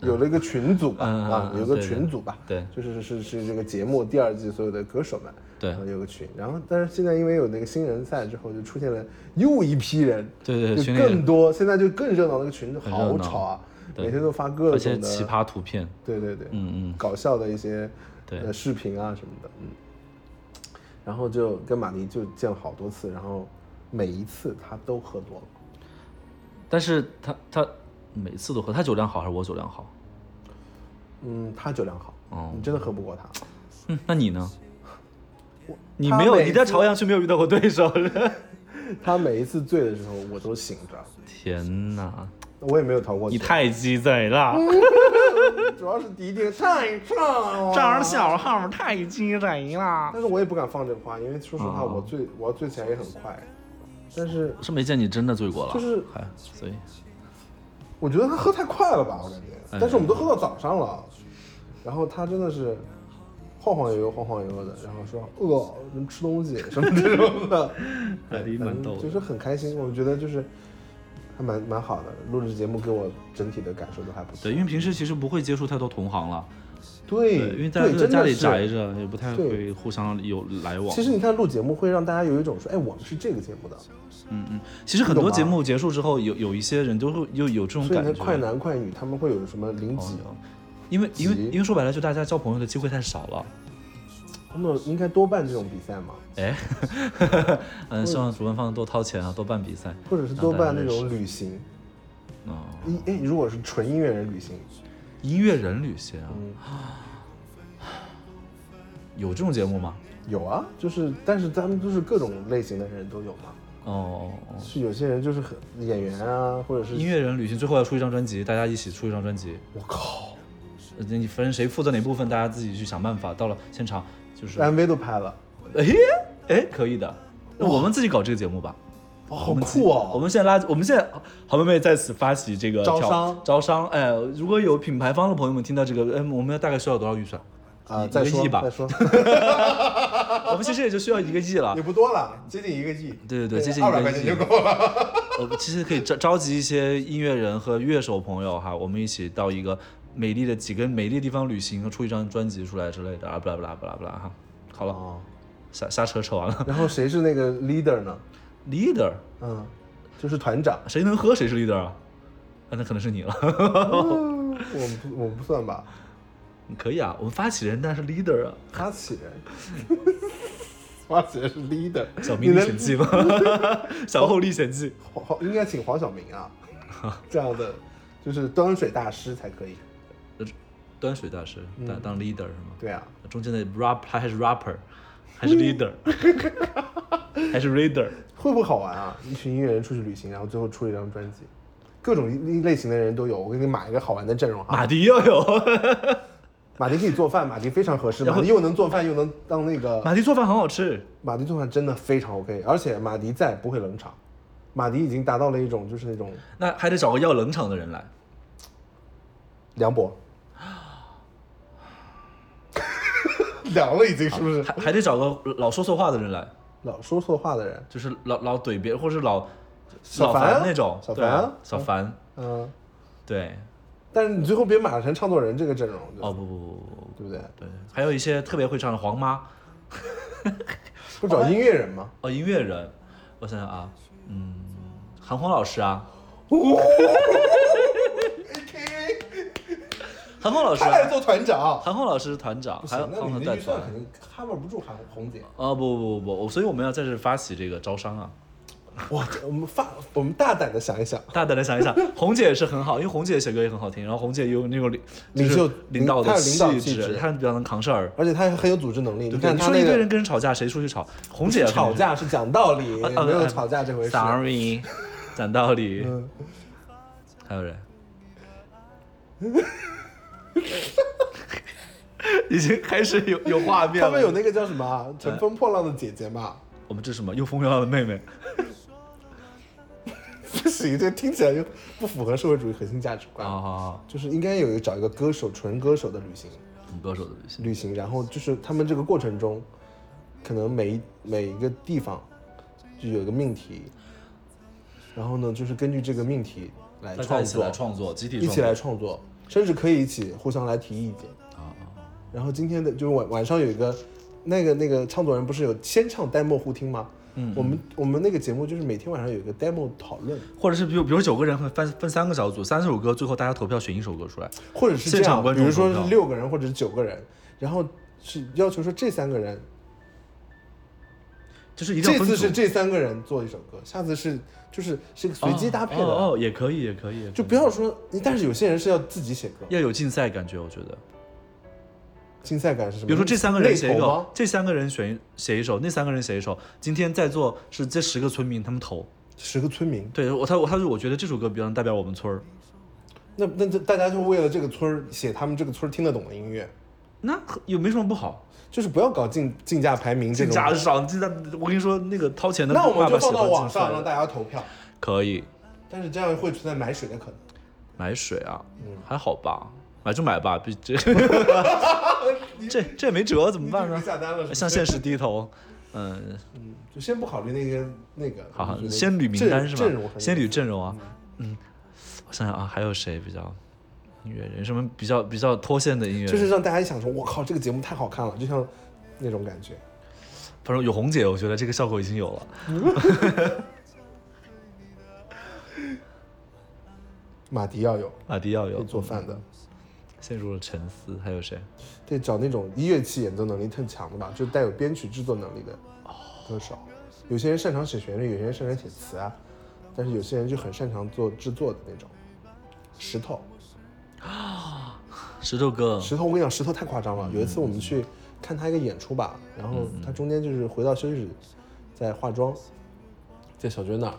Speaker 2: 有了一个群组吧，
Speaker 3: 嗯嗯
Speaker 2: 啊，
Speaker 3: 嗯
Speaker 2: 有个
Speaker 3: 对对
Speaker 2: 群组吧，
Speaker 3: 对
Speaker 2: 就是是是这个节目第二季所有的歌手们，
Speaker 3: 对
Speaker 2: 然后有个群，然后但是现在因为有那个新人赛之后，就出现了又一批人，
Speaker 3: 对对
Speaker 2: 就
Speaker 3: 群里
Speaker 2: 更多，现在就更热闹，那个群
Speaker 3: 很热
Speaker 2: 好
Speaker 3: 闹
Speaker 2: 吵啊，
Speaker 3: 对
Speaker 2: 每天都发各
Speaker 3: 而且
Speaker 2: 种的
Speaker 3: 奇，葩图片，
Speaker 2: 对对对，
Speaker 3: 嗯嗯，
Speaker 2: 搞笑的一些
Speaker 3: 对
Speaker 2: 呃视频啊什么的，嗯，然后就跟马尼就见了好多次，然后每一次他都喝多了。
Speaker 3: 但是他他每次都喝，他酒量好还是我酒量好？
Speaker 2: 嗯，他酒量好，
Speaker 3: 哦
Speaker 2: 你真的喝不过他。
Speaker 3: 嗯，那你呢？你
Speaker 2: 他
Speaker 3: 没有
Speaker 2: 每
Speaker 3: 你在
Speaker 2: 次
Speaker 3: 朝阳区没有遇到过对手，
Speaker 2: 他每一次醉的时候，我都醒着，
Speaker 3: 天哪，
Speaker 2: 我也没有逃过
Speaker 3: 你
Speaker 2: 酒。
Speaker 3: 太鸡贼了，
Speaker 2: 嗯主要是第一天太唱了，
Speaker 5: 小号太鸡贼了。
Speaker 2: 但是我也不敢放这个话，因为说实话，
Speaker 3: 哦
Speaker 2: 我醉，我醉起来也很快。但 是
Speaker 3: 是没见你真的醉过了，
Speaker 2: 就是
Speaker 3: 哎，所以
Speaker 2: 我觉得他喝太快了吧，我感觉。
Speaker 3: 哎
Speaker 2: 但是我们都喝到早上了，然后他真的是晃晃悠悠、晃晃悠悠的，然后说饿，能吃东西什么这种 的，
Speaker 3: 哎
Speaker 2: 对
Speaker 3: 蛮
Speaker 2: 反正
Speaker 3: 逗的
Speaker 2: 就是很开心。我觉得就是还蛮蛮好的，录制节目给我整体的感受都还不错
Speaker 3: 对，。因为平时其实不会接触太多同行了，
Speaker 2: 对，
Speaker 3: 因为大家
Speaker 2: 对
Speaker 3: 都在
Speaker 2: 真
Speaker 3: 家
Speaker 2: 的
Speaker 3: 里
Speaker 2: 是
Speaker 3: 宅着，也不太
Speaker 2: 对
Speaker 3: 会互相有来往。
Speaker 2: 其实你看录节目会让大家有一种说，哎，我们是这个节目的，
Speaker 3: 嗯嗯，其实很多节目结束之后，有有一些人都会又有这种
Speaker 2: 所以
Speaker 3: 感
Speaker 2: 呢，
Speaker 3: 觉，哦
Speaker 2: 快男快女他们会有什么零几，
Speaker 3: 因为因为
Speaker 2: 急
Speaker 3: 因为说白了，就大家交朋友的机会太少了。
Speaker 2: 他们应该多办这种比赛嘛，
Speaker 3: 哎， 嗯，希望主办方多掏钱啊，多办比赛，
Speaker 2: 或者是多办那种旅行。
Speaker 3: 嗯，
Speaker 2: 一哎，如果是纯音乐人旅行，
Speaker 3: 音乐人旅行啊，
Speaker 2: 嗯，
Speaker 3: 有这种节目吗？
Speaker 2: 有啊，就是但是他们就是各种类型的人都有嘛，
Speaker 3: 哦，哦
Speaker 2: 是有些人就是很演员啊，或者
Speaker 3: 哦
Speaker 2: 是
Speaker 3: 音，乐人旅行最后要出一张专辑，大家一起出一张专辑。
Speaker 2: 我靠
Speaker 3: 呃你反正谁负责哪部分，大家自己去想办法。到了现场就是，哎
Speaker 2: ，MV 都拍了，
Speaker 3: 哎，可以的。那我们自己搞这个节目吧。
Speaker 2: 哇，好酷
Speaker 3: 我
Speaker 2: 哦！
Speaker 3: 们现在拉，我们现在好妹妹在此发起这个
Speaker 2: 招
Speaker 3: 挑
Speaker 2: 商
Speaker 3: 招商。哎，如果有品牌方的朋友们听到这个，哎，我们要大概需要多少预 算？
Speaker 2: 啊，
Speaker 3: 一
Speaker 2: 再
Speaker 3: 个
Speaker 2: 说
Speaker 3: 亿吧
Speaker 2: 再 说，
Speaker 3: 我们其实也就需要一个亿了
Speaker 2: 也。不多了，接近一个亿，
Speaker 3: 对对对，接近一
Speaker 2: 二百
Speaker 3: 个
Speaker 2: 块钱
Speaker 3: 亿
Speaker 2: 就。够了。
Speaker 3: 我们其实可以召召集一些音乐人和乐手朋友哈，我们一起到一个美丽的几个美丽的地方旅行，出一张专辑出来之类的啊，不啦不啦不啦不啦哈。好了，
Speaker 2: 哦
Speaker 3: 瞎瞎扯扯完了。
Speaker 2: 然后谁是那个 leader 呢？
Speaker 3: Leader，
Speaker 2: 嗯，就是团长。
Speaker 3: 谁能喝谁是 leader 啊？啊，那可能是你了。
Speaker 2: 嗯我们不我们不算吧，
Speaker 3: 可以啊，我们发起人但是 leader 啊，
Speaker 2: 发 起人，发起人是 leader。
Speaker 3: 小明
Speaker 2: 你
Speaker 3: 历
Speaker 2: 能
Speaker 3: 险记吗？ 小后历险记。
Speaker 2: 黄黄应该请黄晓明啊，这样的就是端水大师才可以。
Speaker 3: 端水大师
Speaker 2: 嗯
Speaker 3: 当当 leader 是吗？
Speaker 2: 对啊，
Speaker 3: 中间的 rap 他还是 rapper，还
Speaker 2: 嗯
Speaker 3: 是 leader，还是 reader。
Speaker 2: 会不会好玩啊？一群音乐人出去旅行，然后最后出一张专辑，各种类类型的人都有。我给你码一个好玩的阵容
Speaker 3: 马
Speaker 2: 啊！
Speaker 3: 迪又有，
Speaker 2: 马迪可以做饭，马迪非常合适，
Speaker 3: 然
Speaker 2: 马
Speaker 3: 后
Speaker 2: 迪又能做饭又能当那个
Speaker 3: 马迪做饭很好吃。
Speaker 2: 马迪做饭真的非常 OK，而且马迪在不会冷场，马迪已经达到了一种就是那种
Speaker 3: 那还得找个要冷场的人来。
Speaker 2: 梁博， 凉了已经是不是？
Speaker 3: 还还得找个老说错话的人来，
Speaker 2: 老说错话的人，
Speaker 3: 就是老老怼别人，或是老
Speaker 2: 小
Speaker 3: 老
Speaker 2: 凡啊
Speaker 3: 凡那种，
Speaker 2: 小
Speaker 3: 对啊
Speaker 2: 凡啊
Speaker 3: 小凡，
Speaker 2: 嗯，
Speaker 3: 对，
Speaker 2: 但是你最后别码成唱作人这个阵容，
Speaker 3: 哦不不不不不，
Speaker 2: 对不对？
Speaker 3: 对，还有一些特别会唱的黄妈
Speaker 2: 不找音乐人吗？
Speaker 3: 哦，音乐人，我想想啊，嗯，韩红老师啊，
Speaker 2: 哦
Speaker 3: 韩红老师
Speaker 2: 他来
Speaker 3: 啊，
Speaker 2: 做团长，
Speaker 3: 韩红老师是团长，
Speaker 2: 不
Speaker 3: 还有
Speaker 2: 行，
Speaker 3: 韩
Speaker 2: 那
Speaker 3: 红
Speaker 2: 你
Speaker 3: 带
Speaker 2: 的预算
Speaker 3: 团，
Speaker 2: 肯定 cover 不住韩红姐。
Speaker 3: 哦不不不不，我所以我们要在这发起这个招商啊，
Speaker 2: 哇，这我们发，我们大胆的想一想，
Speaker 3: 大胆的想一想，红姐也是很好，因为红姐写歌也很好听，然后红姐也有那种领
Speaker 2: 领
Speaker 3: 就是
Speaker 2: 袖
Speaker 3: 领导的
Speaker 2: 她有领导气
Speaker 3: 质，
Speaker 2: 质
Speaker 3: 她比较能扛事儿。
Speaker 2: 而且他很有组织能力。
Speaker 3: 对
Speaker 2: 你
Speaker 3: 不
Speaker 2: 看
Speaker 3: 对？你
Speaker 2: 他
Speaker 3: 说一
Speaker 2: 那
Speaker 3: 堆
Speaker 2: 个
Speaker 3: 人跟人吵架，谁出去吵？红姐
Speaker 2: 是吵架是讲道 理，
Speaker 3: 啊啊
Speaker 2: 没有吵架这回事。
Speaker 3: ，sorry，讲道理。
Speaker 2: 嗯
Speaker 3: 还有人， 已经开始有有画面了。
Speaker 2: 他们有那个叫什么啊《乘风破浪的姐姐》嘛？
Speaker 3: 我们这是什么？又疯又浪的妹妹。
Speaker 2: 不行，这听起来就不符合社会主义核心价值观。
Speaker 3: 好好好，
Speaker 2: 就是应该有一个找一个歌手，纯歌手的旅行，
Speaker 3: 女歌手的旅行。
Speaker 2: 旅行，然后就是他们这个过程中，可能每一每一个地方就有一个命题，然后呢，就是根据这个命题来
Speaker 3: 大家
Speaker 2: 创
Speaker 3: 一起
Speaker 2: 作，
Speaker 3: 来创作，集体啊
Speaker 2: 一起来创作，甚至可以一起互相来提意见。然后今天的就是晚晚上有一个那个那个唱作人不是有先唱 demo 互听吗？嗯，我们我们那个节目就是每天晚上有一个 demo 讨论，
Speaker 3: 或者是比如比如九个人会分分三个小组，三首歌最后大家投票选一首歌出来。
Speaker 2: 或者是这
Speaker 3: 现场
Speaker 2: 样，
Speaker 3: 观
Speaker 2: 比
Speaker 3: 众
Speaker 2: 如说
Speaker 3: 投票
Speaker 2: 是六个人或者是九个人，然后是要求说这三个人，
Speaker 3: 就是一定
Speaker 2: 这
Speaker 3: 要分
Speaker 2: 次
Speaker 3: 组
Speaker 2: 是这三个人做一首歌，下次是就是是随机搭配的，
Speaker 3: 哦哦哦也可以，也可以，也可以
Speaker 2: 就不要说你，但是有些人是要自己写歌，
Speaker 3: 要有竞赛感觉，我觉得。
Speaker 2: 竞赛感是什么？
Speaker 3: 比如说这三个人写一
Speaker 2: 嗯内投
Speaker 3: 首
Speaker 2: 吗，？
Speaker 3: 这三个人选一写一首，那三个人写一首。今天在座是这十个村民，他们投。
Speaker 2: 十个村民，
Speaker 3: 对我，他我他说我觉得这首歌比较能代表我们村儿。
Speaker 2: 那那这大家就为了这个村儿写他们这个村儿听得懂的音乐，
Speaker 3: 那也没什么不好，
Speaker 2: 就是不要搞竞竞价排名这
Speaker 3: 竞
Speaker 2: 种。
Speaker 3: 价少，竞价我跟你说，那个掏钱的
Speaker 2: 那我
Speaker 3: 爸
Speaker 2: 们就
Speaker 3: 爸喜
Speaker 2: 放到
Speaker 3: 欢
Speaker 2: 网
Speaker 3: 竞赛
Speaker 2: 上让
Speaker 3: 的，
Speaker 2: 大家投票，
Speaker 3: 可以
Speaker 2: 但是这样会存在买水的可能。
Speaker 3: 买水啊，
Speaker 2: 嗯
Speaker 3: 还好吧，买就买吧，比 这这这也没辙，怎么办
Speaker 2: 你
Speaker 3: 呢
Speaker 2: 就？下单了是不是
Speaker 3: 向现实低头，嗯，
Speaker 2: 就先不考虑那个那个，
Speaker 3: 好
Speaker 2: 就，是
Speaker 3: 先捋名单是
Speaker 2: 阵阵容
Speaker 3: 吧？
Speaker 2: 很
Speaker 3: 先捋阵容啊，嗯，我想想啊，还有谁比较音乐人？什么比较比较脱线的音乐人？
Speaker 2: 就是让大家一想说，我靠，这个节目太好看了，就像那种感觉。
Speaker 3: 反正有红姐，我觉得这个效果已经有了。
Speaker 2: 马迪要有
Speaker 3: 马迪要有
Speaker 2: 会做饭的，
Speaker 3: 陷入了沉思，还有谁？
Speaker 2: 对，找那种乐器演奏能力特强的吧，就带有编曲制作能力的歌手。有些人擅长写旋律，有些人擅长写词啊，但是有些人就很擅长做制作的那种。石头，
Speaker 3: 石头哥，
Speaker 2: 石头，我跟你讲，石头太夸张了。有一次我们去看他一个演出吧，然后他中间就是回到休息室，在化妆，在小娟那儿，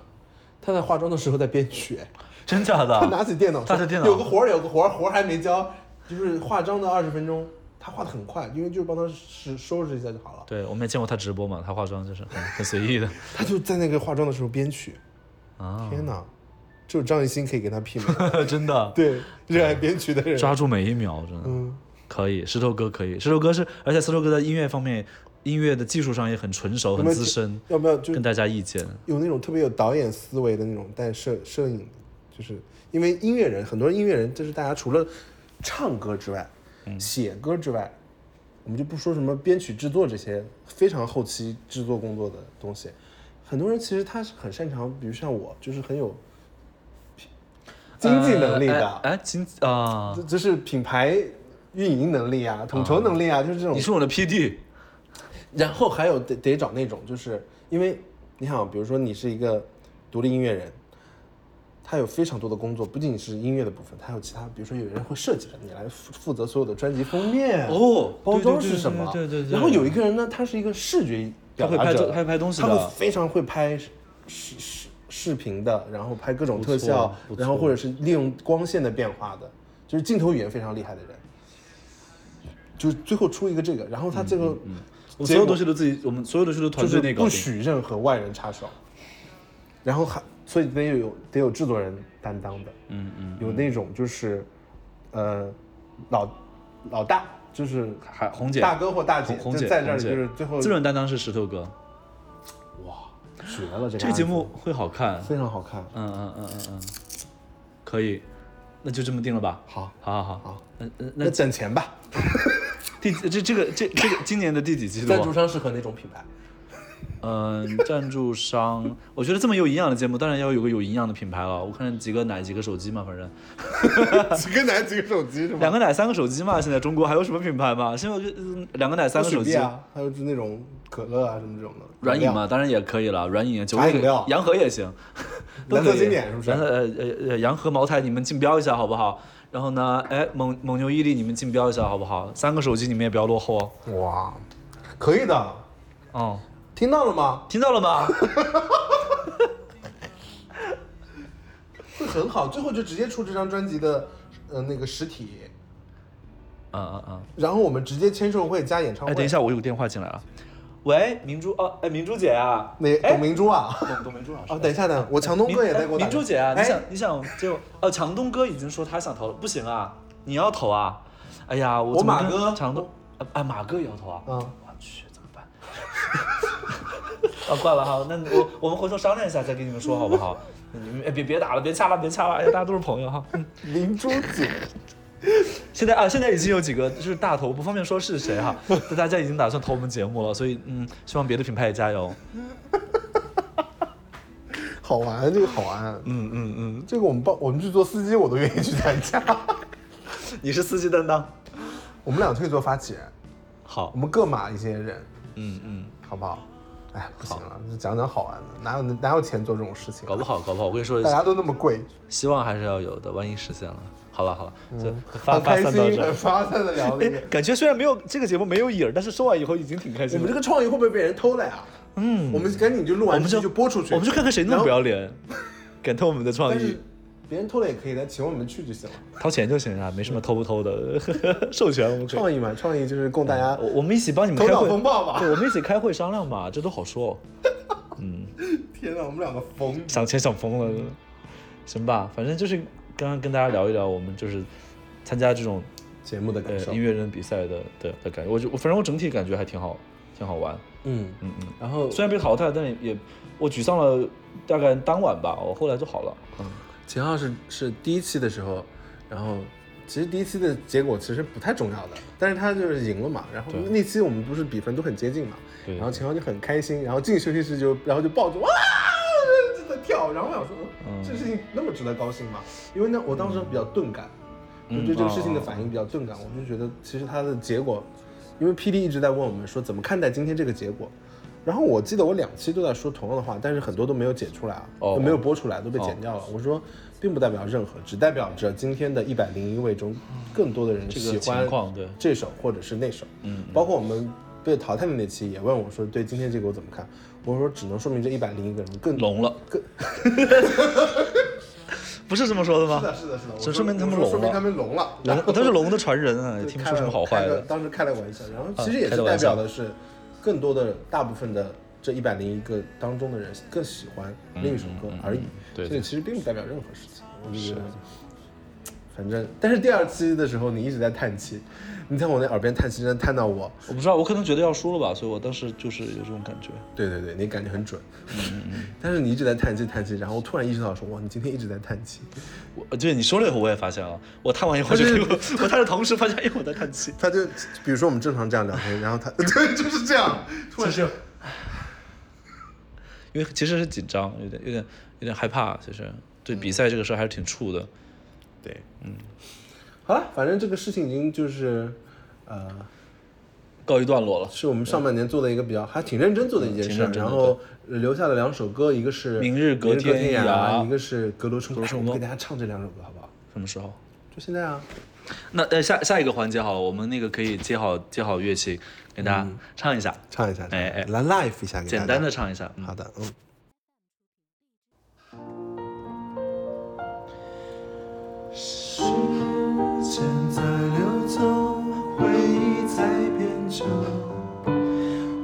Speaker 2: 他在化妆的时候在编曲，
Speaker 3: 真假
Speaker 2: 他
Speaker 3: 的？啊
Speaker 2: 拿起电脑说，
Speaker 3: 他在电脑
Speaker 2: 有个活儿，有个活儿，活儿还没交，就是化妆的二十分钟，他画的很快，因为就是帮他收收拾一下就好了。
Speaker 3: 对，我们也见过他直播嘛，他化妆就是很很随 意的
Speaker 2: 他就在那个化妆的时候编曲，
Speaker 3: 啊，
Speaker 2: 天哪，只有张艺兴可以跟他媲 美。
Speaker 3: 真的啊
Speaker 2: 对，热爱编曲的人，
Speaker 3: 抓住每一秒，真的
Speaker 2: 嗯，
Speaker 3: 可以。石头哥可以，石头哥是，而且石头哥在音乐方面，音乐的技术上也很纯熟，
Speaker 2: 有
Speaker 3: 很
Speaker 2: 没有
Speaker 3: 资深，
Speaker 2: 要不要就
Speaker 3: 跟大家意见。
Speaker 2: 有那种特别有导演思维的那种带摄摄影，就是因为音乐人，很多音乐人就是大家除了唱歌之外，写歌之外，我们就不说什么编曲制作这些非常后期制作工作的东西，很多人其实他是很擅长，比如像我，就是很有经济能力的，
Speaker 3: 哎，哎经啊
Speaker 2: 就，就是品牌运营能力啊、统筹能力啊，就是这种
Speaker 3: 你。是我的 PD，
Speaker 2: 然后还有得得找那种，就是因为你想，比如说你是一个独立音乐人，他有非常多的工作，不仅仅是音乐的部分，他还有其他，比如说有人会设计的，你来负负责所有的专辑封面
Speaker 3: 哦
Speaker 2: 包装
Speaker 3: 对对对
Speaker 2: 是什么，
Speaker 3: 对对对对对
Speaker 2: 然后有一个人呢，他是一个视觉表达
Speaker 3: 他会拍
Speaker 2: 者，
Speaker 3: 东他会拍东西的
Speaker 2: 他会非常会拍视视视视频的，然后拍各种
Speaker 3: 不
Speaker 2: 特
Speaker 3: 错
Speaker 2: 效
Speaker 3: 不，错
Speaker 2: 然后或者是利用光线的变化的，就是镜头语言非常厉害的人。就是最后出一个这个，然后他
Speaker 3: 嗯
Speaker 2: 最后
Speaker 3: 我们
Speaker 2: 结果
Speaker 3: 所有东西都自己，我们所有东西都
Speaker 2: 就
Speaker 3: 团
Speaker 2: 是
Speaker 3: 队内搞
Speaker 2: 不
Speaker 3: 定
Speaker 2: 许任何外人插手，然后还所以得有得有制作人担当的，嗯嗯，有那种就是，呃，老老大就是
Speaker 3: 还红姐
Speaker 2: 大哥或大姐
Speaker 3: 红红
Speaker 2: 就
Speaker 3: 姐
Speaker 2: 在这儿
Speaker 3: 红姐
Speaker 2: 就是最后
Speaker 3: 资本担当是石头哥，
Speaker 2: 绝了这个
Speaker 3: 这个节
Speaker 2: 案子
Speaker 3: 目会好看。
Speaker 2: 非常好看，
Speaker 3: 嗯嗯嗯嗯嗯，可以，那就这么定了吧。
Speaker 2: 好，
Speaker 3: 好好好
Speaker 2: 好，
Speaker 3: 嗯嗯，那
Speaker 2: 那攒钱吧，
Speaker 3: 第这这个这这个今年的第几季度
Speaker 2: 赞
Speaker 3: 啊
Speaker 2: 助？商适合哪种 品牌？
Speaker 3: 嗯，赞助商，我觉得这么有营养的节目，当然要有个有营养的品牌了。我看几个奶几个手机嘛，反正
Speaker 2: 几个男几个手机是吗？
Speaker 3: 两个奶三个手机嘛。现在中国还有什么品牌嘛？现在就嗯两个奶三个手
Speaker 2: 有水
Speaker 3: 机
Speaker 2: 碧，啊，还有就那种可乐啊什么这种的
Speaker 3: 软饮嘛，当然也可以了。软饮酒
Speaker 2: 茶饮料
Speaker 3: 洋河 也行，都
Speaker 2: 蓝
Speaker 3: 可
Speaker 2: 色
Speaker 3: 以
Speaker 2: 经典是不是
Speaker 3: 蓝色呃呃呃，洋河茅台你们竞标一下好不好？然后呢，哎，蒙蒙牛伊利你们竞标一下好不好？三个手机你们也不要落后哦。
Speaker 2: 饮，哇，可以的，
Speaker 3: 哦，
Speaker 2: 听到了吗？
Speaker 3: 听到 了吗？
Speaker 2: 会很好，最后就直接出这张专辑的，呃，那个实体，
Speaker 3: 啊啊啊！
Speaker 2: 然后我们直接签售会加演唱会。
Speaker 3: 哎，等一，下，我有个电话进来了。喂，明珠哦，哎，明珠姐啊，
Speaker 2: 那
Speaker 3: 哎
Speaker 2: 董明珠啊，
Speaker 3: 董董明珠老师
Speaker 2: 啊，等一下，等一下，我强东
Speaker 3: 明
Speaker 2: 哥也在给我打
Speaker 3: 哎明
Speaker 2: 电话
Speaker 3: 珠姐啊，你
Speaker 2: 哎
Speaker 3: 想你想就呃，强东哥已经说他想投了，不行啊，你要投啊。哎呀，我
Speaker 2: 我
Speaker 3: 怎么
Speaker 2: 马
Speaker 3: 跟
Speaker 2: 哥
Speaker 3: 强东，啊啊，马哥也要投啊。
Speaker 2: 嗯，
Speaker 3: 我去，怎么办？啊，挂了哈，那我我们回头商量一下再跟你们说好不好？你们哎别别打了，别掐了，别掐了，哎呀，大家都是朋友哈。嗯
Speaker 2: 明珠姐，
Speaker 3: 现在啊，现在已经有几个就是大头，不方便说是谁哈，但大家已经打算投我们节目了，所以嗯，希望别的品牌也加油。
Speaker 2: 好玩，这个好玩。
Speaker 3: 嗯嗯嗯，
Speaker 2: 这个我们报，我们去做司机，我都愿意去参加。
Speaker 3: 你是司机担当。
Speaker 2: 我们俩可以做发起人，
Speaker 3: 好
Speaker 2: 我，们各码一些人，
Speaker 3: 嗯嗯，
Speaker 2: 好不好？哎，不行了，就讲讲好玩的，哪有哪有钱做这种事情啊？
Speaker 3: 搞不好，搞不好，我跟你说
Speaker 2: 大，家都那么贵，
Speaker 3: 希望还是要有的，万一实现了。好了好了，就发
Speaker 2: 很
Speaker 3: 发
Speaker 2: 开
Speaker 3: 散到
Speaker 2: 心，
Speaker 3: 这
Speaker 2: 很
Speaker 3: 儿。
Speaker 2: 发散的聊这
Speaker 3: 哎
Speaker 2: 个。，
Speaker 3: 感觉虽然没有这个节目没有影儿，但是说完以后已经挺开
Speaker 2: 我
Speaker 3: 心
Speaker 2: 们这
Speaker 3: 了。
Speaker 2: 个创意会不会被人偷了呀？嗯，我们赶紧就录
Speaker 3: 我
Speaker 2: 完
Speaker 3: 们
Speaker 2: 这
Speaker 3: 就
Speaker 2: 期就播出去，
Speaker 3: 我们就看看谁 那
Speaker 2: 然
Speaker 3: 么
Speaker 2: 后
Speaker 3: 不要嗯脸，敢偷我们的创
Speaker 2: 但
Speaker 3: 意
Speaker 2: 是，别人偷了也可以，但请我们去就行了。
Speaker 3: 掏钱就行啊，没什么偷不偷的， 授权我们可以。
Speaker 2: 创意嘛，创意就是供大家
Speaker 3: 我我们一起帮你们
Speaker 2: 头
Speaker 3: 开
Speaker 2: 脑
Speaker 3: 会，
Speaker 2: 风暴吧
Speaker 3: 对，我们一起开会商量嘛，这都好说，
Speaker 2: 天哪，我们两个疯子。
Speaker 3: 想钱想疯了，行吧，反正就是刚刚跟大家聊一聊，我们就是参加这种
Speaker 2: 节目的感
Speaker 3: 呃
Speaker 2: 受
Speaker 3: 音，乐人比赛的的的感觉，我就我反正我整体感觉还挺好，挺好玩，
Speaker 2: 嗯
Speaker 3: 嗯嗯，
Speaker 2: 然后
Speaker 3: 虽然被淘汰，但也也我沮丧了大概当晚吧，我后来就好了，嗯，
Speaker 2: 秦昊是是第一期的时候，然后其实第一期的结果其实不太重要的，但是他就是赢了嘛。然后
Speaker 3: 对
Speaker 2: 那期我们不是比分都很接近嘛，
Speaker 3: 对
Speaker 2: 然后秦昊就很开心，然后进休息室就然后就抱住哇。就在跳，然后我想说，嗯
Speaker 3: 嗯
Speaker 2: 这事情那么值得高兴吗？因为呢，我当时比较钝感，
Speaker 3: 嗯
Speaker 2: 就对这个事情的反应比较钝感，我就觉得其实它的结果，因为 PD 一直在问我们说怎么看待今天这个结果，然后我记得我两期都在说同样的话，但是很多都没有解出来啊，
Speaker 3: 哦
Speaker 2: 都没有播出来，都被剪掉了。我说，并不代表任何，只代表着今天的一百零一位中，更多的人
Speaker 3: 这个
Speaker 2: 喜欢
Speaker 3: 情况对
Speaker 2: 这首或者是那首，嗯，包括我们被淘汰的那期也问我说对今天这个我怎么看，我说只能说明这一百零一个人更
Speaker 3: 聋了，
Speaker 2: 更
Speaker 3: 不是这么说的吗？
Speaker 2: 是的，是的
Speaker 3: 这说明他们
Speaker 2: 我说
Speaker 3: 聋了
Speaker 2: 们聋了
Speaker 3: 龙，他是龙的传人啊，也
Speaker 2: 对
Speaker 3: 听不
Speaker 2: 开
Speaker 3: 出
Speaker 2: 了
Speaker 3: 什么好坏
Speaker 2: 开了
Speaker 3: 的。
Speaker 2: 当时开了玩笑，然后其实
Speaker 3: 啊
Speaker 2: 也
Speaker 3: 开
Speaker 2: 是
Speaker 3: 了
Speaker 2: 代
Speaker 3: 玩笑
Speaker 2: 表的是更多的大部分的这一百零一个当中的人更喜欢
Speaker 3: 嗯
Speaker 2: 另一首歌而已。所
Speaker 3: 对
Speaker 2: 以
Speaker 3: 对
Speaker 2: 其实并不代表任何事情。我就觉得，反正但是第二期的时候你一直在叹气，你在我那耳边叹气，真的叹到我。
Speaker 3: 我不知道，我可能觉得要输了吧，所以我当时就是有这种感觉。
Speaker 2: 对对对，你感觉很准。
Speaker 3: 嗯
Speaker 2: 但是你一直在叹气叹气，然后我突然意识到说哇，你今天一直在叹气。
Speaker 3: 我对你说了以后，我也发现了，我叹完以后
Speaker 2: 他
Speaker 3: 就是给我，我叹的同时发现，哎，我在叹气。
Speaker 2: 他就比如说我们正常这样聊天，然后他 对就是这样，突然就
Speaker 3: 因为其实是紧张，有点有点有点害怕，其实对比赛这个事儿还是挺怵的。
Speaker 2: 对，嗯，好了，反正这个事情已经就是，呃，
Speaker 3: 告一段落了，
Speaker 2: 是我们上半年做的一个比较还挺认真做的一件
Speaker 3: 嗯挺
Speaker 2: 事儿，
Speaker 3: 认真
Speaker 2: 然
Speaker 3: 的
Speaker 2: 后呃留下了两首歌，一个是《
Speaker 3: 明日隔
Speaker 2: 隔
Speaker 3: 天
Speaker 2: 天
Speaker 3: 涯
Speaker 2: 一个是《阁楼春
Speaker 3: 阁
Speaker 2: 光》，哎
Speaker 3: 楼春
Speaker 2: 我们
Speaker 3: 光
Speaker 2: 给大家唱这两首歌好不好？
Speaker 3: 什么时候？
Speaker 2: 就现在啊，
Speaker 3: 那呃下下一个环节好了，我们那个可以接好接好乐器，给大家唱一下，
Speaker 2: 唱一下，
Speaker 3: 哎哎
Speaker 2: 来 live 一下给大家，
Speaker 3: 简单的，唱一下。嗯
Speaker 2: 好的，嗯，
Speaker 1: 时间在流走，回忆在变旧，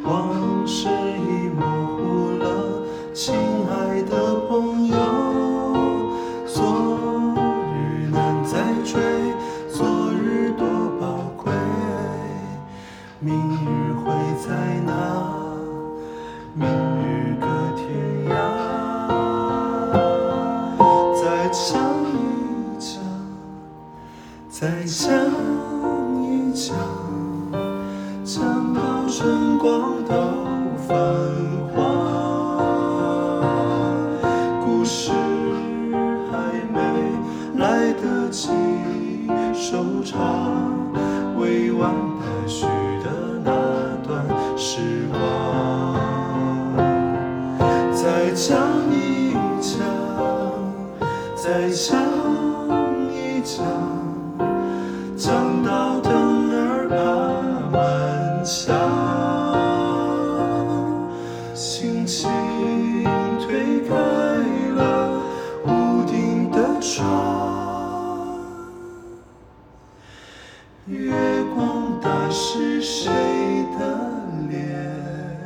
Speaker 1: 往事已模糊了，亲爱的朋友，昨日难再追，昨日多宝贵，明日会在哪？明日隔天涯，再唱一唱。再讲一讲，讲到春光都泛黄，故事还没来得及收场，未完待续的那段时光。再讲一讲，再讲一讲，讲到灯儿爬满墙，轻轻推开了屋顶的窗，月光打湿谁的脸？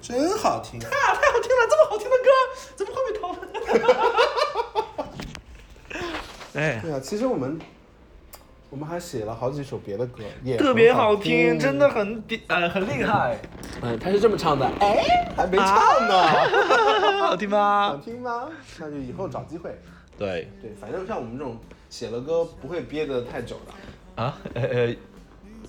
Speaker 2: 真好听，
Speaker 5: 太好听了，这么好听的歌怎么会被淘汰？
Speaker 3: 哎，
Speaker 2: 对啊，其实我们。我们还写了好几首别的歌，也
Speaker 3: 特别
Speaker 2: 很
Speaker 3: 好
Speaker 2: 好
Speaker 3: 听，真的很顶呃很厉害，
Speaker 2: 嗯，他是这么唱的，哎，还没唱呢，
Speaker 3: 好听
Speaker 2: 想
Speaker 3: 吗？
Speaker 2: 听吗？那就以后找机会。
Speaker 3: 对
Speaker 2: 对，反正像我们这种写了歌不会憋得太久的，
Speaker 3: 啊，呃呃，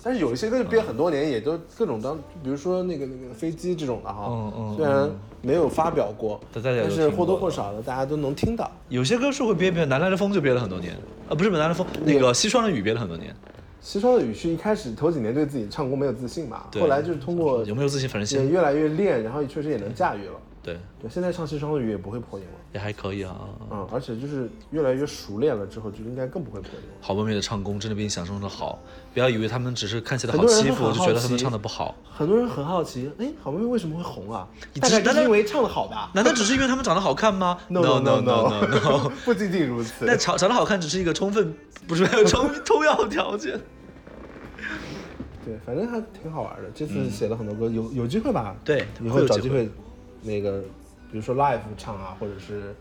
Speaker 2: 但是有一些歌就憋很多年，也都各种当，比如说那个那个飞机这种的哈，
Speaker 3: 嗯嗯
Speaker 2: 虽然没有发表过，
Speaker 3: 但大家有
Speaker 2: 但是
Speaker 3: 听过
Speaker 2: 或多或少的大家都能听到。
Speaker 3: 有些歌是会憋憋，南来的风就憋了很多年，呃，不是南来的风，那个西窗的雨憋了很多年，
Speaker 2: 西双的雨是一开始头几年对自己唱功没有自信嘛，
Speaker 3: 对
Speaker 2: 后来就是通过
Speaker 3: 有没有自信，反正
Speaker 2: 也
Speaker 3: 现
Speaker 2: 越来越练，然后确实也能驾驭了。
Speaker 3: 对
Speaker 2: 对，现在唱西双的雨也不会破音了，
Speaker 3: 也还可以啊。
Speaker 2: 嗯，而且就是越来越熟练了之后，就应该更不会破音了。
Speaker 3: 好妹妹的唱功真的比你想象中的好，不要以为他们只是看起来
Speaker 2: 很
Speaker 3: 好
Speaker 2: 多人
Speaker 3: 欺
Speaker 2: 都
Speaker 3: 负，
Speaker 2: 很
Speaker 3: 就
Speaker 2: 好
Speaker 3: 觉得他们
Speaker 2: 奇
Speaker 3: 唱的不好。
Speaker 2: 很多人很好奇，哎，好妹妹为什么会红啊？
Speaker 3: 你
Speaker 2: 大
Speaker 3: 知
Speaker 2: 概就是
Speaker 3: 道
Speaker 2: 因为唱的好吧
Speaker 3: 难道只是因为他们长得好看吗
Speaker 2: no
Speaker 3: no no no, no, no.
Speaker 2: 不仅仅如此。
Speaker 3: 那长长得好看只是一个充分，不是充充要条件。
Speaker 2: 对，反正还挺好玩的。这次写了很多歌，有有机会吧？
Speaker 3: 对
Speaker 2: 以
Speaker 3: 会
Speaker 2: 后
Speaker 3: 有
Speaker 2: 找
Speaker 3: 机
Speaker 2: 机
Speaker 3: 会
Speaker 2: 嗯会，那个比如说 live 唱啊，或者是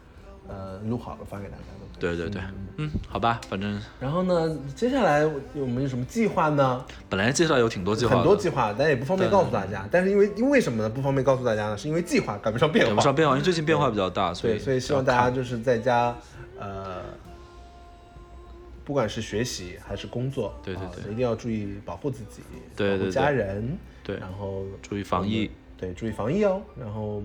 Speaker 2: 呃录好了发给大家都可以。
Speaker 3: 对对对，嗯，好吧，反正
Speaker 2: 然后呢，接下来我我们有什么计划呢？
Speaker 3: 本来介绍有挺多计划的，
Speaker 2: 很多计划，但也不方便告诉大家。但是因为因为什么呢？不方便告诉大家呢？是因为计划赶不上变
Speaker 3: 赶
Speaker 2: 化
Speaker 3: 不。上变化，因为最近变化比较大，所以
Speaker 2: 对，所以希望大家就是在家，呃，不管是学习还是工作，
Speaker 3: 对对
Speaker 2: 啊
Speaker 3: 对
Speaker 2: 一定要注意保护自己，
Speaker 3: 对
Speaker 2: 保
Speaker 3: 对
Speaker 2: 护
Speaker 3: 对
Speaker 2: 家人，
Speaker 3: 对
Speaker 2: 然后
Speaker 3: 注意防疫，
Speaker 2: 对，注意防疫哦，然后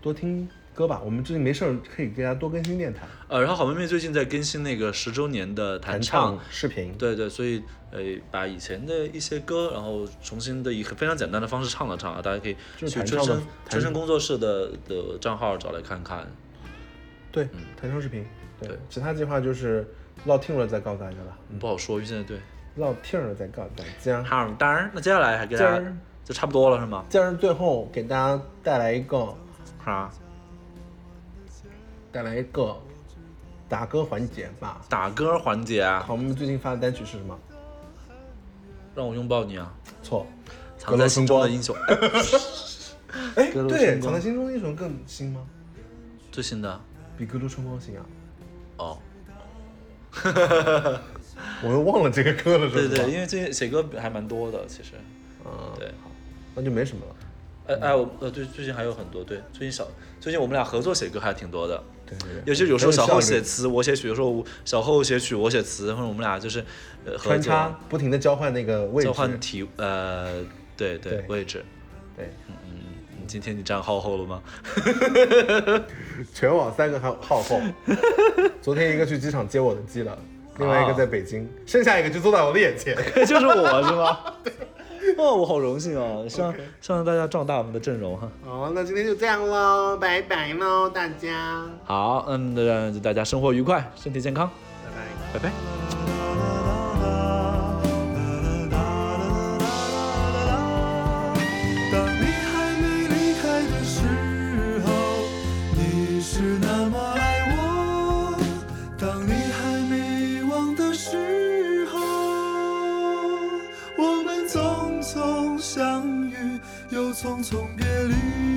Speaker 2: 多听歌吧。我们最近没事儿可以给大家多更新电台，
Speaker 3: 呃，然后好妹妹最近在更新那个十周年的弹
Speaker 2: 唱、视频，
Speaker 3: 对对，所以呃，把以前的一些歌，然后重新的以非常简单的方式唱了唱啊，大家可以
Speaker 2: 就
Speaker 3: 去
Speaker 2: 是弹
Speaker 3: 春
Speaker 2: 唱的
Speaker 3: 生
Speaker 2: 弹
Speaker 3: 春生工作室的的账号找来看看。
Speaker 2: 对，弹唱视频，
Speaker 3: 嗯对
Speaker 2: 其他计划就是唠听了再告诉大家吧，嗯，
Speaker 3: 不好说，因为现在对。
Speaker 2: 唠听了再告诉大家。
Speaker 3: 好，嗯当然，那接下来还给大
Speaker 2: 今
Speaker 3: 家
Speaker 2: 儿
Speaker 3: 就差不多了是吗？
Speaker 2: 今儿最后给大家带来一个
Speaker 3: 哈，
Speaker 2: 带来一个打歌环节吧。
Speaker 3: 打歌环节啊，
Speaker 2: 好，我们最近发的单曲是什么？
Speaker 3: 让我拥抱你啊，
Speaker 2: 错，
Speaker 3: 藏在心中的 英雄，
Speaker 2: 哎，
Speaker 6: 歌路
Speaker 2: 对，
Speaker 6: 春
Speaker 2: 藏
Speaker 6: 光
Speaker 2: 在心中的英雄更新吗？
Speaker 3: 最新的
Speaker 2: 比《歌路春光》新啊？
Speaker 3: 哦，
Speaker 2: 我又忘了这个歌了，
Speaker 3: 对
Speaker 2: 是吧？
Speaker 3: 对，因为最近写歌还蛮多的，其实，
Speaker 2: 嗯，
Speaker 3: 对，
Speaker 2: 那就没什么了。
Speaker 3: 哎哎，我呃对，最近还有很多，对，最近小最近我们俩合作写歌还挺多的，
Speaker 2: 对对对，
Speaker 3: 有时候有时候小
Speaker 2: 很有
Speaker 3: 后
Speaker 2: 效率
Speaker 3: 写词，我写曲；有时候小后写曲，我写词，或者我们俩就是呃合
Speaker 2: 穿
Speaker 3: 作
Speaker 2: 插，不停的交换那个位置。
Speaker 3: 交换体呃，对对
Speaker 2: 对
Speaker 3: 位置。
Speaker 2: 对，
Speaker 3: 嗯今天你站浩后了 吗？
Speaker 2: 全网三个号号 后，昨天一个去机场接我的机了，另外一
Speaker 3: 啊
Speaker 2: 个在北京，剩下一个就坐在我的眼前。
Speaker 3: 就是我是 吗？哦，我好荣幸啊！希望希望大家壮大我们的阵容哈。
Speaker 2: 好，那今天就这样喽，拜拜喽，大家。
Speaker 3: 好，嗯，那就大家生活愉快，身体健康，拜拜，拜拜。
Speaker 1: 当你还没离开的时候，你是那么爱我；当你还没遗忘的时候，我们匆匆相遇，又匆匆别离。